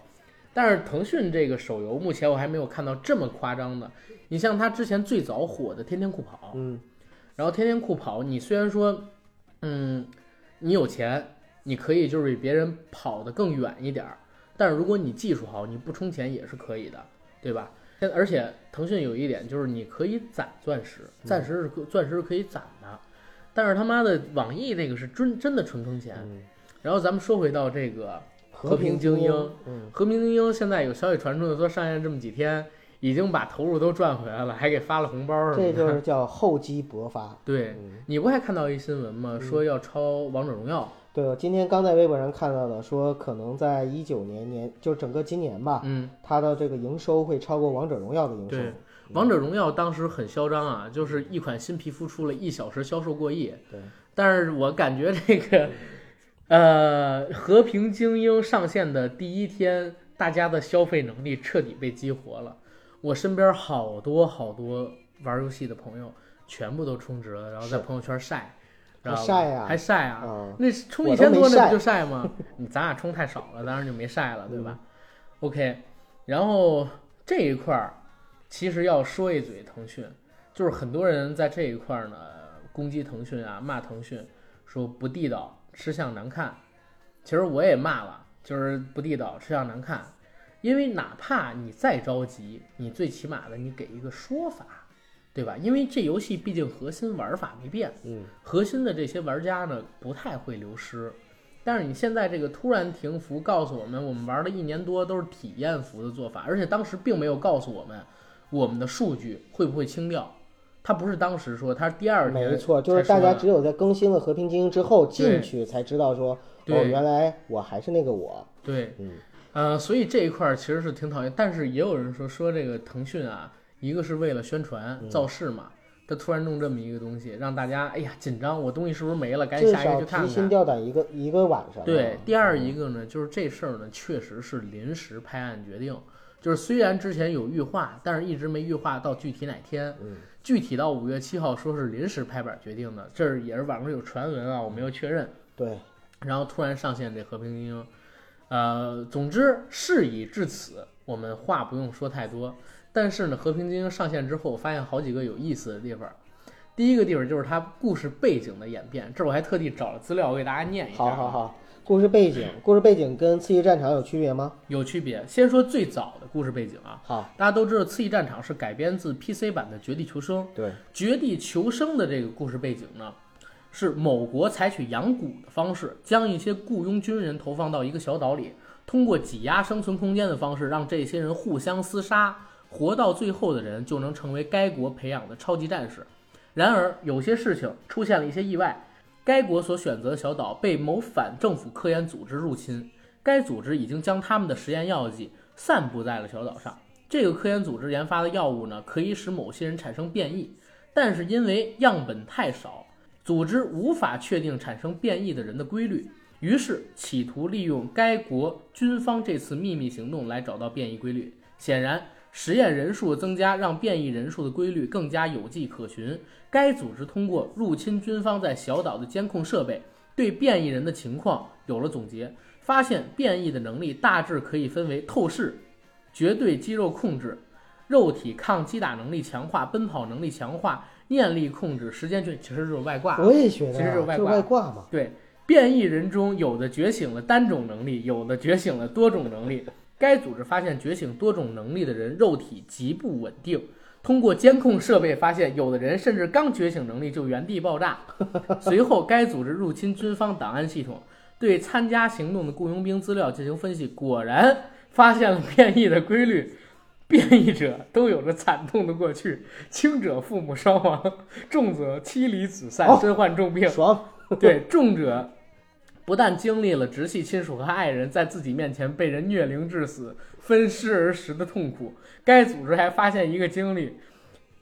Speaker 1: 但是腾讯这个手游目前我还没有看到这么夸张的。你像他之前最早火的《天天酷跑》，
Speaker 2: 嗯
Speaker 1: 然后天天酷跑，你虽然说，嗯，你有钱，你可以就是比别人跑得更远一点儿，但是如果你技术好，你不充钱也是可以的，对吧？但而且腾讯有一点就是你可以攒钻石，
Speaker 2: 嗯
Speaker 1: 钻石是可钻石是可以攒的，但是他妈的网易那个是真真的纯坑钱。
Speaker 2: 嗯，
Speaker 1: 然后咱们说回到这个和平
Speaker 2: 平
Speaker 1: 精英，
Speaker 2: 嗯，
Speaker 1: 和平精英，现在有消息传出的说上线这么几天已经把投入都赚回来了，还给发了红包什么的。
Speaker 2: 嗯这就是叫厚积薄发。
Speaker 1: 对，
Speaker 2: 嗯，
Speaker 1: 你不还看到一新闻吗？说要抄《王者荣耀》。
Speaker 2: 对，我今天刚在微博上看到的，说可能在一九年年，就是整个今年吧，
Speaker 1: 嗯，
Speaker 2: 它的这个营收会超过《王者荣耀》的营收。
Speaker 1: 对，《嗯王者荣耀》当时很嚣张啊，就是一款新皮肤出了一小时销售过亿。
Speaker 2: 对，
Speaker 1: 但是我感觉这个，呃，
Speaker 2: 嗯
Speaker 1: 《和平精英》上线的第一天，大家的消费能力彻底被激活了。我身边好多好多玩游戏的朋友，全部都充值了，然后在
Speaker 2: 是
Speaker 1: 朋友圈晒，
Speaker 2: 还
Speaker 1: 然后
Speaker 2: 晒啊
Speaker 1: 还晒啊，
Speaker 2: 啊，
Speaker 1: 那是充
Speaker 2: 我
Speaker 1: 一
Speaker 2: 都
Speaker 1: 千
Speaker 2: 没
Speaker 1: 多那
Speaker 2: 晒
Speaker 1: 不就晒吗？你咱俩充太少了，当然就没晒了，对吧、o k 然后这一块儿其实要说一嘴腾讯，就是很多人在这一块儿呢攻击腾讯啊，骂腾讯，说不地道，吃相难看。其实我也骂了，就是不地道，吃相难看。因为哪怕你再着急，你最起码的你给一个说法，对吧？因为这游戏毕竟核心玩法没变，
Speaker 2: 嗯，
Speaker 1: 核心的这些玩家呢不太会流失。但是你现在这个突然停服，告诉我们我们玩了一年多都是体验服的做法，而且当时并没有告诉我们我们的数据会不会清掉，他不是当时说，他是第二天
Speaker 2: 没错，就是
Speaker 1: 才
Speaker 2: 大
Speaker 1: 说
Speaker 2: 家
Speaker 1: 的
Speaker 2: 只有在更新了《和平精英》之后
Speaker 1: 对
Speaker 2: 进去才知道说，哦，
Speaker 1: 对
Speaker 2: 原来我还是那个我。
Speaker 1: 对，
Speaker 2: 嗯，
Speaker 1: 呃，所以这一块儿其实是挺讨厌，但是也有人说说这个腾讯啊，一个是为了宣传
Speaker 2: 嗯
Speaker 1: 造势嘛，他突然弄这么一个东西，让大家哎呀紧张，我东西是不是没了？赶紧
Speaker 2: 至
Speaker 1: 下一
Speaker 2: 少
Speaker 1: 个去看
Speaker 2: 提
Speaker 1: 看
Speaker 2: 心。吊啊胆一个一个晚上。
Speaker 1: 对，，第
Speaker 2: 嗯
Speaker 1: 二一个呢，就是这事儿呢，确实是临时拍案决定，就是虽然之前有预化，但是一直没预化到具体哪天。
Speaker 2: 嗯
Speaker 1: 具体到五月七号说是临时拍板决定的，这儿也是网上有传闻啊，我没有确认。
Speaker 2: 对，
Speaker 1: 然后突然上线这《和平精英》，呃，总之事已至此，我们话不用说太多。但是呢，《和平精英》上线之后，我发现好几个有意思的地方。第一个地方就是它故事背景的演变，这我还特地找了资料，我给大家念一下。啊
Speaker 2: 好好，好。故事背景，故事背景跟《刺激战场》有区别吗？
Speaker 1: 有区别。先说最早的故事背景啊，
Speaker 2: 好，
Speaker 1: 大家都知道《刺激战场》是改编自 PC 版的《绝地求生》，
Speaker 2: 对，
Speaker 1: 《绝地求生》的这个故事背景呢，是某国采取养蛊的方式，将一些雇佣军人投放到一个小岛里，通过挤压生存空间的方式，让这些人互相厮杀，活到最后的人就能成为该国培养的超级战士。然而，有些事情出现了一些意外，该国所选择的小岛被某反政府科研组织入侵，该组织已经将他们的实验药剂散布在了小岛上。这个科研组织研发的药物呢，可以使某些人产生变异，但是因为样本太少，组织无法确定产生变异的人的规律，于是企图利用该国军方这次秘密行动来找到变异规律。显然，实验人数的增加让变异人数的规律更加有迹可循。该组织通过入侵军方在小岛的监控设备，对变异人的情况有了总结，发现变异的能力大致可以分为透视、绝对肌肉控制、肉体抗击打能力强化、奔跑能力强化、念力控制、时间距，其实就是外挂。
Speaker 2: 我也觉得
Speaker 1: 其实
Speaker 2: 啊
Speaker 1: 是外
Speaker 2: 就
Speaker 1: 挂
Speaker 2: 外挂 嘛。
Speaker 1: 对，变异人中有的觉醒了单种能力，有的觉醒了多种能力。该组织发现觉醒多种能力的人肉体极不稳定，通过监控设备发现，有的人甚至刚觉醒能力就原地爆炸。随后，该组织入侵军方档案系统，对参加行动的雇佣兵资料进行分析，果然发现了变异的规律。变异者都有着惨痛的过去，轻者父母双亡，重则妻离子散
Speaker 2: 哦，
Speaker 1: 身患重病。
Speaker 2: 爽，
Speaker 1: 对，重者不但经历了直系亲属和爱人在自己面前被人虐凌致死、分尸而食的痛苦，该组织还发现一个经历：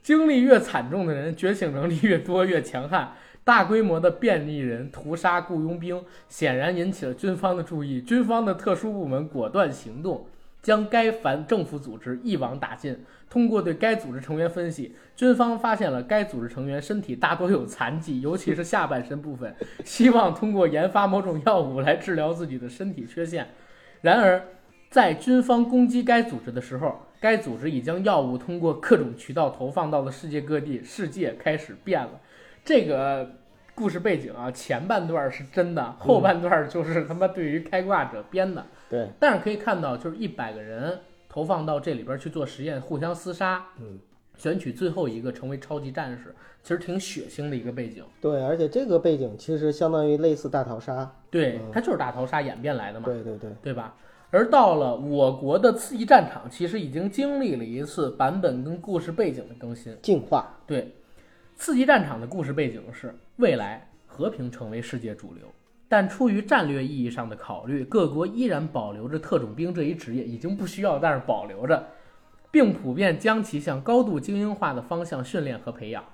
Speaker 1: 经历越惨重的人，觉醒能力越多、越强悍。大规模的变异人屠杀雇佣兵，显然引起了军方的注意。军方的特殊部门果断行动，将该反政府组织一网打尽。通过对该组织成员分析，军方发现了该组织成员身体大多有残疾，尤其是下半身部分， 希望通过研发某种药物来治疗自己的身体缺陷。然而，在军方攻击该组织的时候，该组织已将药物通过各种渠道投放到了世界各地，世界开始变了。这个故事背景啊，前半段是真的，后半段就是他妈对于开挂者编的。
Speaker 2: 对，
Speaker 1: 但是可以看到，就是一百个人投放到这里边去做实验，互相厮杀，
Speaker 2: 嗯，
Speaker 1: 选取最后一个成为超级战士，其实挺血腥的一个背景。
Speaker 2: 对，而且这个背景其实相当于类似大逃杀，
Speaker 1: 对
Speaker 2: 嗯，
Speaker 1: 它就是大逃杀演变来的嘛，
Speaker 2: 对对对，
Speaker 1: 对吧？而到了我国的刺激战场，其实已经经历了一次版本跟故事背景的更新。
Speaker 2: 进化，
Speaker 1: 对，刺激战场的故事背景是未来和平成为世界主流，但出于战略意义上的考虑，各国依然保留着特种兵这一职业，已经不需要，但是保留着，并普遍将其向高度精英化的方向训练和培养。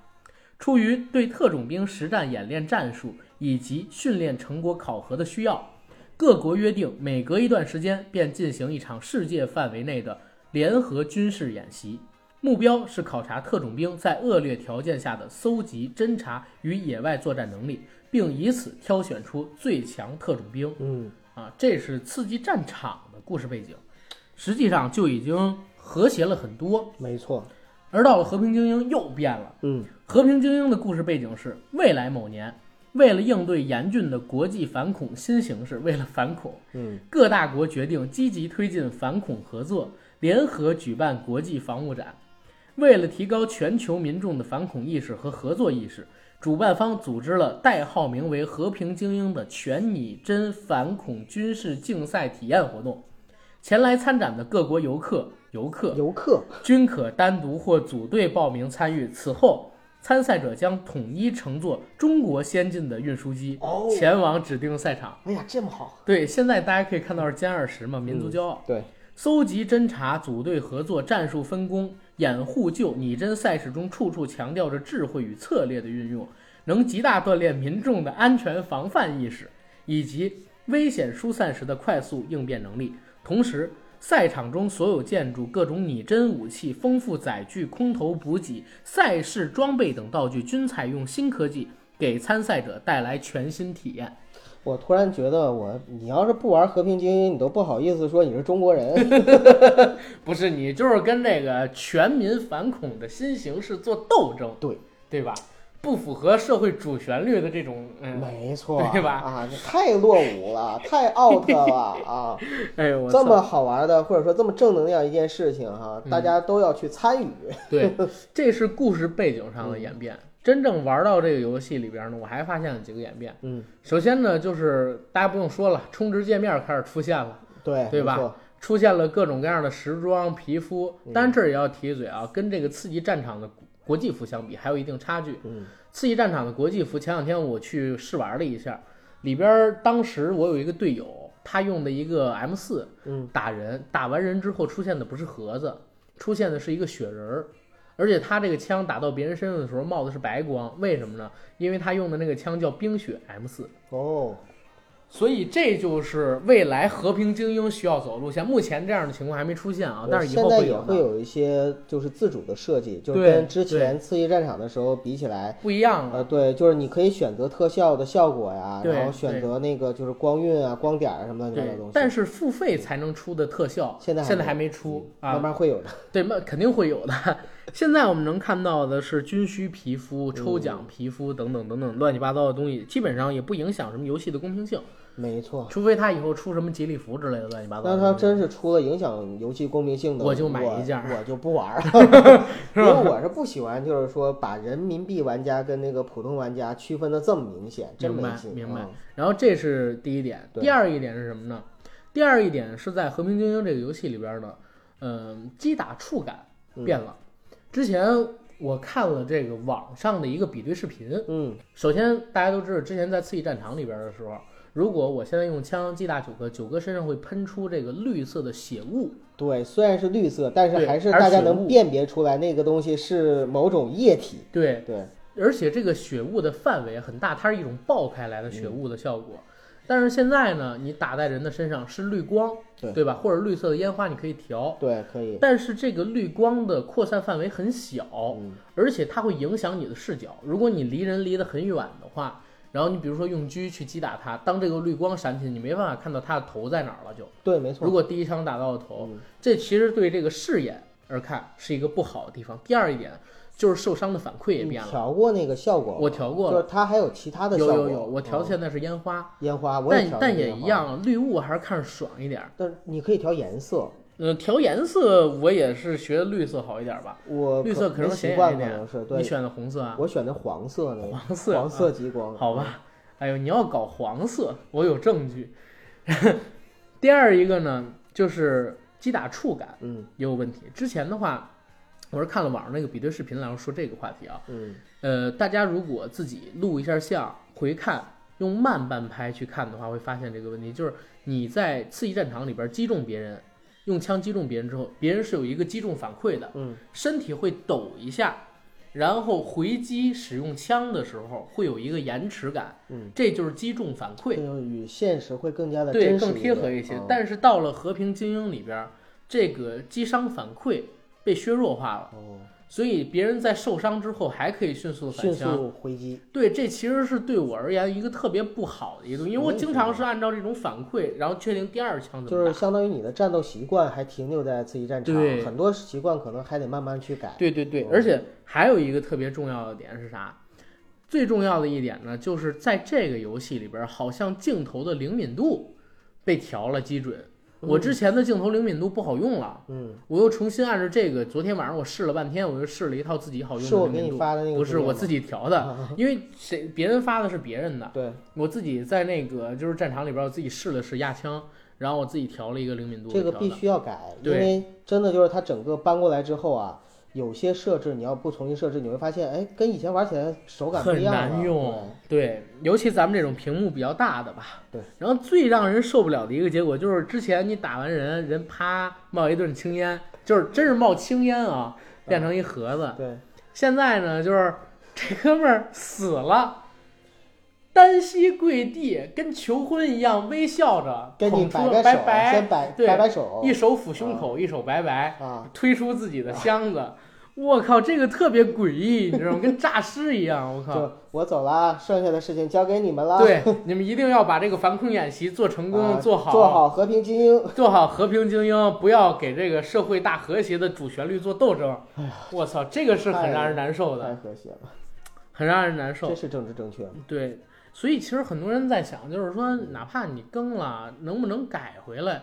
Speaker 1: 出于对特种兵实战演练战术以及训练成果考核的需要，各国约定每隔一段时间便进行一场世界范围内的联合军事演习。目标是考察特种兵在恶劣条件下的搜集、侦察与野外作战能力，并以此挑选出最强特种兵。
Speaker 2: 嗯，
Speaker 1: 啊，这是刺激战场的故事背景，实际上就已经和谐了很多。
Speaker 2: 没错，
Speaker 1: 而到了和平精英又变了。
Speaker 2: 嗯，
Speaker 1: 和平精英的故事背景是未来某年，为了应对严峻的国际反恐新形势，为了反恐，
Speaker 2: 嗯，
Speaker 1: 各大国决定积极推进反恐合作，联合举办国际防务展。为了提高全球民众的反恐意识和合作意识，主办方组织了代号名为“和平精英”的全拟真反恐军事竞赛体验活动。前来参展的各国游客、游客
Speaker 2: 游客，
Speaker 1: 均可单独或组队报名参与。此后，参赛者将统一乘坐中国先进的运输机
Speaker 2: 哦
Speaker 1: 前往指定赛场。
Speaker 2: 哎呀，这么好，
Speaker 1: 对，现在大家可以看到是歼二十嘛，民族骄傲。
Speaker 2: 对，
Speaker 1: 搜集、侦查、组队合作、战术分工、掩护救，拟真赛事中处处强调着智慧与策略的运用，能极大锻炼民众的安全防范意识以及危险疏散时的快速应变能力。同时，赛场中所有建筑、各种拟真武器、丰富载具、空投补给、赛事装备等道具均采用新科技，给参赛者带来全新体验。
Speaker 2: 我突然觉得我，你要是不玩和平精英，你都不好意思说你是中国 人，
Speaker 1: 不是你，就是跟这个全民反恐的新形势做斗争，
Speaker 2: 对
Speaker 1: 对吧？不符合社会主旋律的这种，嗯，
Speaker 2: 没错，
Speaker 1: 对吧
Speaker 2: 啊，这太落伍了，太 out 了啊！
Speaker 1: 哎 呦，我
Speaker 2: 这
Speaker 1: 操
Speaker 2: 么好玩的，或者说这么正能量一件事情哈，
Speaker 1: 嗯
Speaker 2: 大家都要去参与。
Speaker 1: 对，这是故事背景上的演变。
Speaker 2: 嗯
Speaker 1: 真正玩到这个游戏里边呢，我还发现了几个演变。
Speaker 2: 嗯，
Speaker 1: 首先呢，就是大家不用说了，充值界面开始出现了，
Speaker 2: 对，
Speaker 1: 对吧
Speaker 2: 没错？
Speaker 1: 出现了各种各样的时装、皮肤。
Speaker 2: 嗯
Speaker 1: 但是这儿也要提一嘴啊，跟这个刺激战场的国际服相比，还有一定差距。
Speaker 2: 嗯
Speaker 1: 刺激战场的国际服，前两天我去试玩了一下，里边儿当时我有一个队友，他用的一个 M 四
Speaker 2: 嗯，
Speaker 1: 打人，打完人之后出现的不是盒子，出现的是一个雪人儿，而且他这个枪打到别人身上的时候冒的是白光，为什么呢？因为他用的那个枪叫冰雪 M 四。
Speaker 2: 哦，
Speaker 1: 所以这就是未来和平精英需要走路线。目前这样的情况还没出现啊，但是以
Speaker 2: 现
Speaker 1: 后
Speaker 2: 在
Speaker 1: 会
Speaker 2: 也
Speaker 1: 有
Speaker 2: 会
Speaker 1: 的，
Speaker 2: 有一些就是自主的设计，就是
Speaker 1: 对
Speaker 2: 跟之前刺激战场的时候比起来，
Speaker 1: 不一样了。
Speaker 2: 呃，对，就是你可以选择特效的效果呀，
Speaker 1: 对
Speaker 2: 然后选择那个就是光晕啊、光点啊什么乱七八糟
Speaker 1: 对
Speaker 2: 的东西。，
Speaker 1: 但是付费才能出的特效，
Speaker 2: 现在还
Speaker 1: 现在
Speaker 2: 没嗯
Speaker 1: 还没出啊
Speaker 2: 慢，慢会有的。
Speaker 1: 对，那肯定会有的。 现在我们能看到的是军需皮肤、
Speaker 2: 嗯
Speaker 1: 抽奖皮肤等等等等乱七八糟的东西，基本上也不影响什么游戏的公平性，
Speaker 2: 没错，
Speaker 1: 除非他以后出什么吉利服之类的乱七八糟
Speaker 2: 那
Speaker 1: 的东西。
Speaker 2: 它真是出了影响游戏公平性的，
Speaker 1: 啊我
Speaker 2: 我
Speaker 1: 就买一件儿
Speaker 2: 我就 不玩了，因
Speaker 1: 是吧
Speaker 2: 为我是不喜欢，就是说把人民币玩家跟那个普通玩家区分的这么明显，真
Speaker 1: 明
Speaker 2: 没
Speaker 1: 白
Speaker 2: 劲。
Speaker 1: 明
Speaker 2: 嗯
Speaker 1: 白然后这是第一点，
Speaker 2: 对
Speaker 1: 第二一点是什么呢？第二一点是在《和平精英》这个游戏里边呢，嗯、击打触感
Speaker 2: 嗯
Speaker 1: 变了。之前我看了这个网上的一个比对视频，
Speaker 2: 嗯
Speaker 1: 首先，大家都知道，之前在刺激战场里边的时候，如果我现在用枪击打九哥，九哥身上会喷出这个绿色的血雾。
Speaker 2: 对，虽然是绿色，但是
Speaker 1: 对
Speaker 2: 还是
Speaker 1: 而
Speaker 2: 大家
Speaker 1: 且
Speaker 2: 能
Speaker 1: 雾
Speaker 2: 辨别出来那个东西是某种液体。
Speaker 1: 对，
Speaker 2: 对，
Speaker 1: 而且这个血雾的范围很大，它是一种爆开来的血雾的效果。但是现在呢，你打在人的身上是绿光，
Speaker 2: 对
Speaker 1: 对吧？或者绿色的烟花你可以调，
Speaker 2: 对，可以，
Speaker 1: 但是这个绿光的扩散范围很小，
Speaker 2: 嗯
Speaker 1: 而且它会影响你的视角。如果你离人离得很远的话，然后你比如说用狙去击打它，当这个绿光闪起，你没办法看到它的头在哪儿了就。
Speaker 2: 对，没错
Speaker 1: 如。果第一枪打到了头
Speaker 2: 嗯，
Speaker 1: 这其实对这个视野而看是一个不好的地方。第二一点就是受伤的反馈也
Speaker 2: 你
Speaker 1: 变了，
Speaker 2: 调过那个效果吗，
Speaker 1: 我调过
Speaker 2: 就
Speaker 1: 了，
Speaker 2: 是它还有其他的效
Speaker 1: 有
Speaker 2: 果。
Speaker 1: 有有，我调的
Speaker 2: 嗯
Speaker 1: 现在是烟花，
Speaker 2: 烟花，我
Speaker 1: 但
Speaker 2: 调
Speaker 1: 但
Speaker 2: 的
Speaker 1: 也
Speaker 2: 烟
Speaker 1: 一
Speaker 2: 花，
Speaker 1: 样，绿雾还是看着爽一点儿。
Speaker 2: 但是你可以调颜色，
Speaker 1: 嗯，调颜色我也是学的绿色好一点吧，
Speaker 2: 我
Speaker 1: 绿色可
Speaker 2: 能
Speaker 1: 能
Speaker 2: 习
Speaker 1: 显
Speaker 2: 惯
Speaker 1: 眼一
Speaker 2: 呃可
Speaker 1: 点
Speaker 2: 能是。
Speaker 1: 你
Speaker 2: 对，
Speaker 1: 选的红色啊，
Speaker 2: 我选的黄色呢，
Speaker 1: 黄色啊
Speaker 2: 黄色极光，
Speaker 1: 好吧，哎呦，你要搞黄色，我有证据。 第二一个呢，就是击打触感
Speaker 2: 嗯
Speaker 1: 也有问题。之前的话，我是看了网上那个比对视频，然后说这个话题啊，
Speaker 2: 嗯，
Speaker 1: 呃，大家如果自己录一下像，回看，用慢半拍去看的话，会发现这个问题，就是你在刺激战场里边击中别人，用枪击中别人之后，别人是有一个击中反馈的，
Speaker 2: 嗯，
Speaker 1: 身体会抖一下，然后回击使用枪的时候会有一个延迟感，
Speaker 2: 嗯，
Speaker 1: 这就是击中反
Speaker 2: 这
Speaker 1: 馈，
Speaker 2: 种与现实会更加的
Speaker 1: 对，
Speaker 2: 真实
Speaker 1: 更贴合
Speaker 2: 点
Speaker 1: 一些。
Speaker 2: 嗯
Speaker 1: 但是到了和平精英里边，这个击伤反馈被削弱化了，
Speaker 2: 哦，
Speaker 1: 所以别人在受伤之后还可以迅速地反
Speaker 2: 迅
Speaker 1: 枪。
Speaker 2: 速回击，
Speaker 1: 对，这其实是对我而言一个特别不好的一个东西，因为
Speaker 2: 我
Speaker 1: 我
Speaker 2: 也觉
Speaker 1: 经
Speaker 2: 得
Speaker 1: 常是按照这种反馈，然后确定第二枪怎
Speaker 2: 哦就
Speaker 1: 么
Speaker 2: 是
Speaker 1: 打。
Speaker 2: 相当于你的战斗习惯还停留在刺激战场，
Speaker 1: 对
Speaker 2: 很多习惯可能还得慢慢去改。
Speaker 1: 对对对，而且还有一个特别重要的点是啥？最重要的一点呢，就是在这个游戏里边，好像镜头的灵敏度被调了基准。我之前的镜头灵敏度不好用了，
Speaker 2: 嗯，
Speaker 1: 我又重新按照这个，昨天晚上我试了半天，我又试了一套自己好用
Speaker 2: 是
Speaker 1: 的
Speaker 2: 我
Speaker 1: 灵
Speaker 2: 给
Speaker 1: 敏
Speaker 2: 你
Speaker 1: 度。
Speaker 2: 发的那个
Speaker 1: 不是我自
Speaker 2: 己
Speaker 1: 己调的，
Speaker 2: 啊
Speaker 1: 因为谁别人发的是别人的，
Speaker 2: 对，
Speaker 1: 我自己在那个就是战场里边，我自己试了试压枪，然后我自己调了一个灵敏度。
Speaker 2: 这个
Speaker 1: 调
Speaker 2: 必
Speaker 1: 的
Speaker 2: 须要改，因
Speaker 1: 对
Speaker 2: 为真的就是它整个搬过来之后啊，有些设置你要不重新设置，你会发现，哎，跟以前玩起来手感不一
Speaker 1: 很
Speaker 2: 样了。
Speaker 1: 难用，对，尤其咱们这种屏幕比较大的吧。
Speaker 2: 嗯对。
Speaker 1: 然后最让人受不了的一个结果就是，之前你打完人，人啪冒一顿青烟，就是真是冒青烟啊，变成一盒子。
Speaker 2: 对，
Speaker 1: 现在呢，就是这哥们儿死了，单膝跪地，跟求婚一样微笑着
Speaker 2: 对，跟你
Speaker 1: 捧出
Speaker 2: 摆
Speaker 1: 了
Speaker 2: 摆
Speaker 1: 拜
Speaker 2: 手，
Speaker 1: 拜
Speaker 2: 先，嗯摆
Speaker 1: 对
Speaker 2: 摆摆手
Speaker 1: 一手抚胸口，一手拜拜。
Speaker 2: 啊，
Speaker 1: 推出自己的箱子。我靠，这个特别诡异，你知道 吗？跟诈尸一样。我靠，
Speaker 2: 就我走啦，剩下的事情交给你们啦。
Speaker 1: 对，你们一定要把这个防控演习做成功，
Speaker 2: 啊
Speaker 1: 做
Speaker 2: 好
Speaker 1: 好，
Speaker 2: 做和平精英。
Speaker 1: 做好和平精英，不要给这个社会大和谐的主旋律做斗争。
Speaker 2: 哎
Speaker 1: 我操，这个是很让人难受
Speaker 2: 太
Speaker 1: 的，
Speaker 2: 和谐了，
Speaker 1: 很让人难受
Speaker 2: 这。是政治正确吗？
Speaker 1: 对，所以其实很多人在想，就是说，哪怕你更了，能不能改回来？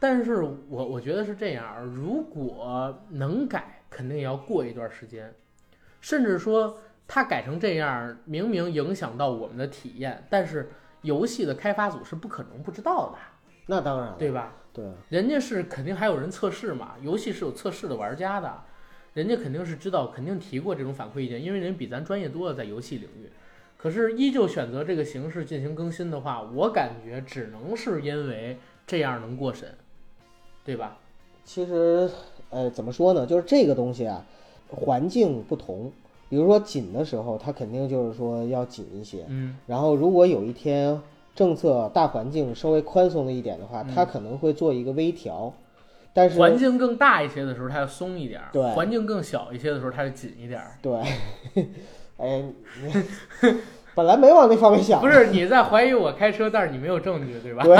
Speaker 1: 但是我我觉得是这样，如果能改，肯定也要过一段时间，甚至说它改成这样，明明影响到我们的体验，但是游戏的开发组是不可能不知道的，
Speaker 2: 那当然了，
Speaker 1: 对吧？
Speaker 2: 对，
Speaker 1: 人家是肯定还有人测试嘛，游戏是有测试的玩家的，人家肯定是知道，肯定提过这种反馈意见，因为人比咱专业多了，在游戏领域。可是依旧选择这个形式进行更新的话，我感觉只能是因为这样能过审，对吧？
Speaker 2: 其实，呃，怎么说呢？就是这个东西啊，环境不同。比如说紧的时候，它肯定就是说要紧一些。
Speaker 1: 嗯，
Speaker 2: 然后，如果有一天政策大环境稍微宽松了一点的话，
Speaker 1: 嗯
Speaker 2: 它可能会做一个微调。但是，
Speaker 1: 环境更大一些的时候它要松一点儿，
Speaker 2: 对
Speaker 1: 环境更小一些的时候它就紧一点儿。
Speaker 2: 对， 哎，你本来没往那方面想，
Speaker 1: 不是你在怀疑我开车，但是你没有证据，对吧？
Speaker 2: 对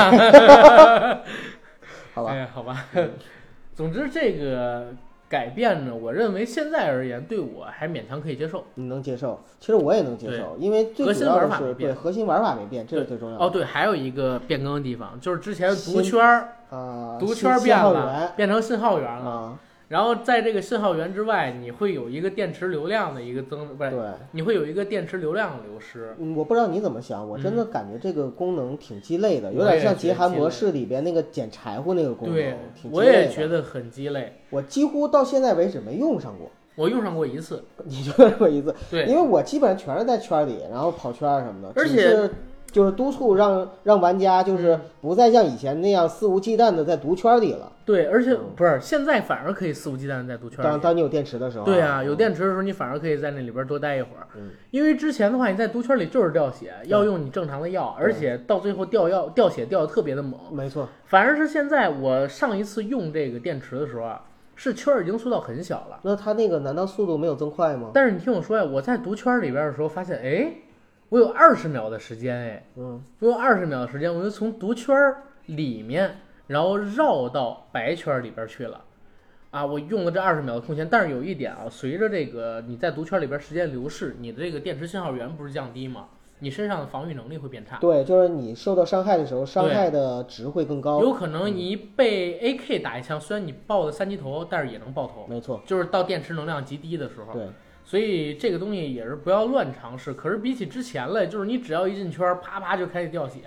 Speaker 2: 好吧？嗯
Speaker 1: 哎，好吧。 总之，这个改变呢，我认为现在而言，对我还勉强可以接受。
Speaker 2: 你能接受，其实我也能接受，因为最
Speaker 1: 核
Speaker 2: 主
Speaker 1: 心
Speaker 2: 要
Speaker 1: 玩
Speaker 2: 的
Speaker 1: 法
Speaker 2: 是
Speaker 1: 没
Speaker 2: 对
Speaker 1: 变
Speaker 2: 核心玩法没变，这是最重要的。
Speaker 1: 哦，对，还有一个变更的地方，就是之前毒圈儿，
Speaker 2: 啊，
Speaker 1: 毒
Speaker 2: 信
Speaker 1: 圈儿
Speaker 2: 信
Speaker 1: 变
Speaker 2: 号
Speaker 1: 了
Speaker 2: 源，
Speaker 1: 变成信号源了。
Speaker 2: 啊，
Speaker 1: 然后在这个信号源之外，你会有一个电池流量的一个增，不是，
Speaker 2: 对。
Speaker 1: 你会有一个电池流量的流失。
Speaker 2: 嗯，我不知道你怎么想，我真的感觉这个功能挺鸡肋的，有
Speaker 1: 嗯我
Speaker 2: 点
Speaker 1: 也
Speaker 2: 像
Speaker 1: 觉
Speaker 2: 极
Speaker 1: 得
Speaker 2: 寒
Speaker 1: 鸡
Speaker 2: 模
Speaker 1: 肋
Speaker 2: 式里边那个捡柴火那个功能
Speaker 1: 对，，
Speaker 2: 挺鸡
Speaker 1: 我
Speaker 2: 肋
Speaker 1: 也
Speaker 2: 的
Speaker 1: 觉，得很鸡肋。
Speaker 2: 我几乎到现在为止没用上过，
Speaker 1: 我用上过一次，
Speaker 2: 你就用过一次，
Speaker 1: 对，
Speaker 2: 因为我基本上全是在圈里，然后跑圈儿什么的，
Speaker 1: 而
Speaker 2: 只
Speaker 1: 且嗯
Speaker 2: 是就是督促让让玩家就是不再像以前那样肆无忌惮的在毒圈里了。
Speaker 1: 对，而且不是现在反而可以肆无忌惮地在毒圈
Speaker 2: 嗯当
Speaker 1: 里。
Speaker 2: 当你有电池的时候，
Speaker 1: 对
Speaker 2: 啊，
Speaker 1: 啊，有电池的时候你反而可以在那里边多待一会儿
Speaker 2: 嗯，
Speaker 1: 因为之前的话你在毒圈里就是掉血，要用你正常的药，
Speaker 2: 嗯
Speaker 1: 而且到最后掉药掉血掉的特别的猛。
Speaker 2: 没错，
Speaker 1: 反而是现在我上一次用这个电池的时候啊，是圈儿已经缩到很小了。
Speaker 2: 那它那个难道速度没有增快吗？
Speaker 1: 但是你听我说呀，我在毒圈里边的时候发现，哎，我有二十秒的时间，哎，
Speaker 2: 嗯，
Speaker 1: 我有二十秒的时间，我就从毒圈儿里面，然后绕到白圈儿里边去了。啊，我用了这二十秒的空闲，但是有一点啊，随着这个你在毒圈里边时间流逝，你的这个电池信号源不是降低吗？你身上的防御能力会变差，
Speaker 2: 对，就是你受到伤害的时候，伤害的值会更高。
Speaker 1: 有可能你被 AK 打一枪，虽然你爆的三级头，但是也能爆头。
Speaker 2: 没错，
Speaker 1: 就是到电池能量极低的时候。
Speaker 2: 对，
Speaker 1: 所以这个东西也是不要乱尝试。可是比起之前了，就是你只要一进圈儿，啪啪就开始掉血，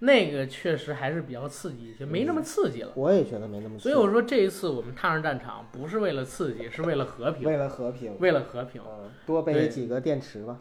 Speaker 1: 那个确实还是比较刺激一些，没那么刺激了。
Speaker 2: 我也觉得没那么刺激。
Speaker 1: 所以我说这一次我们踏上战场，不是为了刺激，是为了和平，
Speaker 2: 为了和平，
Speaker 1: 为了和平。
Speaker 2: 嗯，多
Speaker 1: 对
Speaker 2: 备几个电池吧。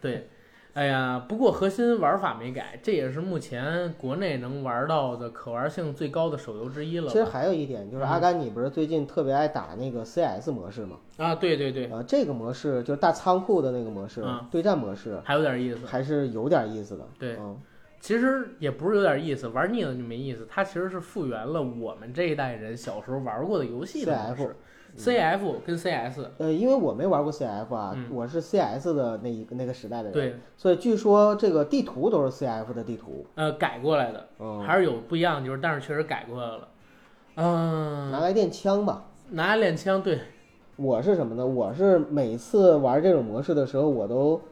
Speaker 1: 对，哎呀，不过核心玩法没改，这也是目前国内能玩到的可玩性最高的手游之一了
Speaker 2: 其实
Speaker 1: 吧。
Speaker 2: 还有一点就是，
Speaker 1: 嗯
Speaker 2: 阿甘，你不是最近特别爱打那个 CS 模式吗？
Speaker 1: 啊，对对对，
Speaker 2: 啊，这个模式就是大仓库的那个模式
Speaker 1: 嗯，
Speaker 2: 对战模式
Speaker 1: 还有点意思。
Speaker 2: 还是有点意思的。
Speaker 1: 对
Speaker 2: 嗯，
Speaker 1: 其实也不是有点意思，玩腻了就没意思。它其实是复原了我们这一代人小时候玩过的游戏的模式，CF 跟 CS，
Speaker 2: 呃，因为我没玩过 CF 啊，
Speaker 1: 嗯
Speaker 2: 我是 CS 的那一个那个时代的人，，
Speaker 1: 对，
Speaker 2: 所以据说这个地图都是 CF 的地图，
Speaker 1: 呃，改过来的，
Speaker 2: 嗯，
Speaker 1: 还是有不一样的地方，但是确实改过来了。嗯、
Speaker 2: 拿来练枪吧。
Speaker 1: 拿来练枪，对，
Speaker 2: 我是什么呢？我是每次玩这种模式的时候，我都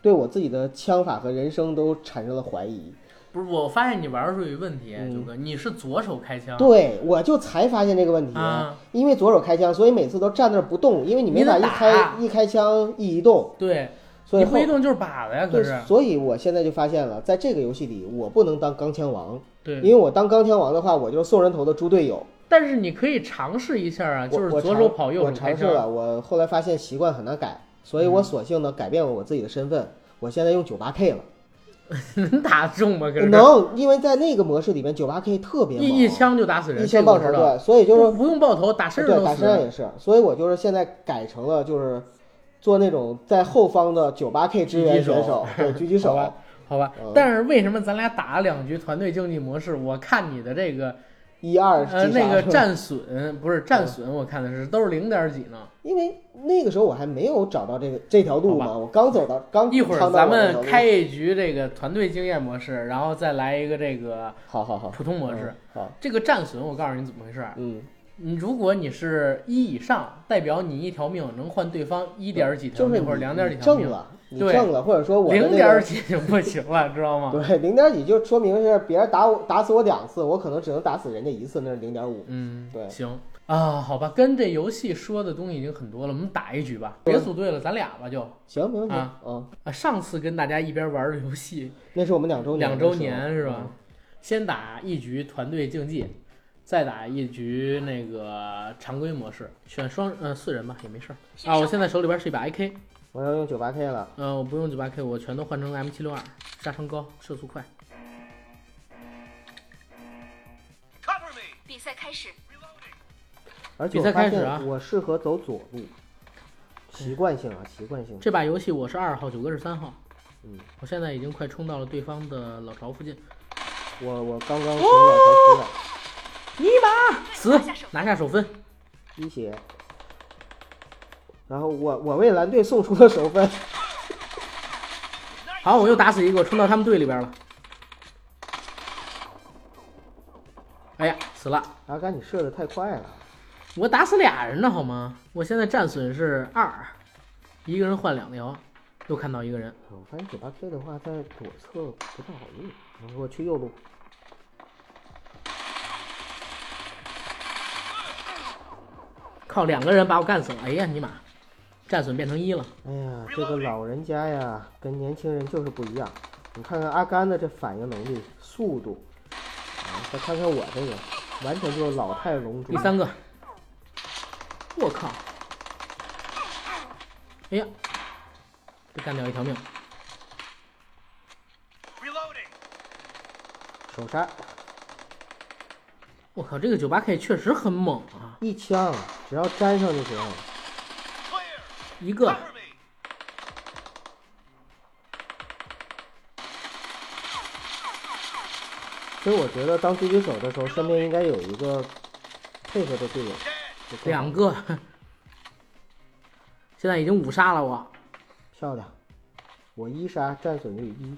Speaker 2: 对我自己的枪法和人生都产生了怀疑。
Speaker 1: 不是，我发现你玩的时候有一问题，
Speaker 2: 嗯
Speaker 1: 九哥，你是左手开枪
Speaker 2: 对，我就才发现这个问题，
Speaker 1: 啊？
Speaker 2: 因为左手开枪，所以每次都站那儿不动，因为你没
Speaker 1: 你
Speaker 2: 法
Speaker 1: 得
Speaker 2: 一
Speaker 1: 打
Speaker 2: 开一开枪一移动，
Speaker 1: 对，
Speaker 2: 所以
Speaker 1: 你不
Speaker 2: 后
Speaker 1: 移动就是靶子呀，可
Speaker 2: 对
Speaker 1: 是，
Speaker 2: 所以我现在就发现了，在这个游戏里，我不能当钢枪王，因
Speaker 1: 对，
Speaker 2: 为我当钢枪王的话，我就是送人头的猪队友。
Speaker 1: 但是你可以尝试一下啊，
Speaker 2: 我
Speaker 1: 就是
Speaker 2: 我
Speaker 1: 左
Speaker 2: 尝
Speaker 1: 手跑，右
Speaker 2: 我
Speaker 1: 手开
Speaker 2: 尝试
Speaker 1: 枪。嗯
Speaker 2: 了，我后来发现习惯很难改，所以我索性呢改变了我自己的身份，我现在用 98K 了。
Speaker 1: 能打中吗？可是
Speaker 2: 能，因为在那个模式里面，98K 特别猛，
Speaker 1: 一一枪就打死人，
Speaker 2: 一枪爆头，
Speaker 1: 这个我知道
Speaker 2: 对，所以就是
Speaker 1: 不不用爆头，打身上
Speaker 2: 对
Speaker 1: 都
Speaker 2: 打
Speaker 1: 死
Speaker 2: 身上
Speaker 1: 人。
Speaker 2: 也是，所以我就是现在改成了就是做那种在后方的 98K 支援
Speaker 1: 狙击手
Speaker 2: 选手，对，狙击 手
Speaker 1: 好。吧好吧
Speaker 2: 嗯，
Speaker 1: 但是为什么咱俩打了两局团队竞技模式？我看你的这个
Speaker 2: 一二
Speaker 1: 呃
Speaker 2: 击
Speaker 1: 那个
Speaker 2: 杀，嗯
Speaker 1: 战损不是战损，我看的是都是零点几呢。
Speaker 2: 因为那个时候我还没有找到这个这条路
Speaker 1: 好
Speaker 2: 嘛，我刚走到刚
Speaker 1: 一会儿
Speaker 2: 趟嗯到
Speaker 1: 咱
Speaker 2: 我这
Speaker 1: 们
Speaker 2: 条路
Speaker 1: 开，一局这个团队经验模式，然后再来一个这个
Speaker 2: 好好好，
Speaker 1: 普通模式。
Speaker 2: 嗯好，
Speaker 1: 这个战损，我告诉你怎么回事儿。
Speaker 2: 嗯，
Speaker 1: 你如果你是一以上，代表你一条命能换对方一点儿几条
Speaker 2: 就是
Speaker 1: 命
Speaker 2: 你
Speaker 1: 或者两点儿几条
Speaker 2: 挣
Speaker 1: 命，
Speaker 2: 了，你
Speaker 1: 对
Speaker 2: 挣了，或者说我的
Speaker 1: 零
Speaker 2: 那
Speaker 1: 点儿
Speaker 2: 个。
Speaker 1: 几就不行了，知道吗？
Speaker 2: 对，零点几就说明是别人打我打死我两次，我可能只能打死人家一次，那是零点五。
Speaker 1: 嗯，
Speaker 2: 对
Speaker 1: 行啊，好吧，跟这游戏说的东西已经很多了，我们打一局吧，别组队了，咱俩吧就
Speaker 2: 行，没问题。
Speaker 1: 啊
Speaker 2: 嗯，
Speaker 1: 啊，上次跟大家一边玩的游戏
Speaker 2: 那是我们两周年
Speaker 1: 两
Speaker 2: 的
Speaker 1: 周
Speaker 2: 时候嗯
Speaker 1: 年是吧？？嗯先打一局团队竞技，再打一局那个常规模式，选双呃四人吧也没事儿啊。我现在手里边是一把 AK，
Speaker 2: 嗯我要用九八 K 了，
Speaker 1: 呃，我不用九八 K，我全都换成 M 七六二，杀伤高，射速快。
Speaker 3: Cover me!
Speaker 4: 比赛开始，
Speaker 3: Reloading!
Speaker 2: 而且
Speaker 1: 比赛
Speaker 2: 我发
Speaker 1: 开始啊嗯
Speaker 2: 现我适合走左路，习惯性啊，习惯性。
Speaker 1: 这把游戏我是二号，九哥是三号，
Speaker 2: 嗯，
Speaker 1: 我现在已经快冲到了对方的老巢附近，
Speaker 2: 我我刚刚从老头出来，
Speaker 1: 尼玛死，拿下首分。
Speaker 2: 一血。然后我我为蓝队送出了首分，
Speaker 1: 好，我又打死一个，我冲到他们队里边了。哎呀，死了！
Speaker 2: 阿甘你射的太快了，
Speaker 1: 我打死俩人呢，好吗？我现在战损是二，一个人换两条。又看到一个人，
Speaker 2: 我发现九八 K 的话在左侧不太好用，然后我去右路，
Speaker 1: 靠，两个人把我干死了。哎呀，尼玛，战损变成一了。
Speaker 2: 哎呀，这个老人家呀，跟年轻人就是不一样。你看看阿甘的这反应能力、速度，啊，再看看我这个，完全就是老态龙钟。
Speaker 1: 第三个，我靠！哎呀，被干掉一条命。
Speaker 2: 手刹
Speaker 1: 我靠，这个九八 K 确实很猛啊！
Speaker 2: 一枪，只要粘上就行。
Speaker 3: Clear!
Speaker 1: 一个
Speaker 3: Cover me!
Speaker 2: 所以我觉得当狙击手的时候，身边应该有一个配合的队友。就更好
Speaker 1: 两个， 现在已经五杀了我。
Speaker 2: 漂亮，我一杀战损率一，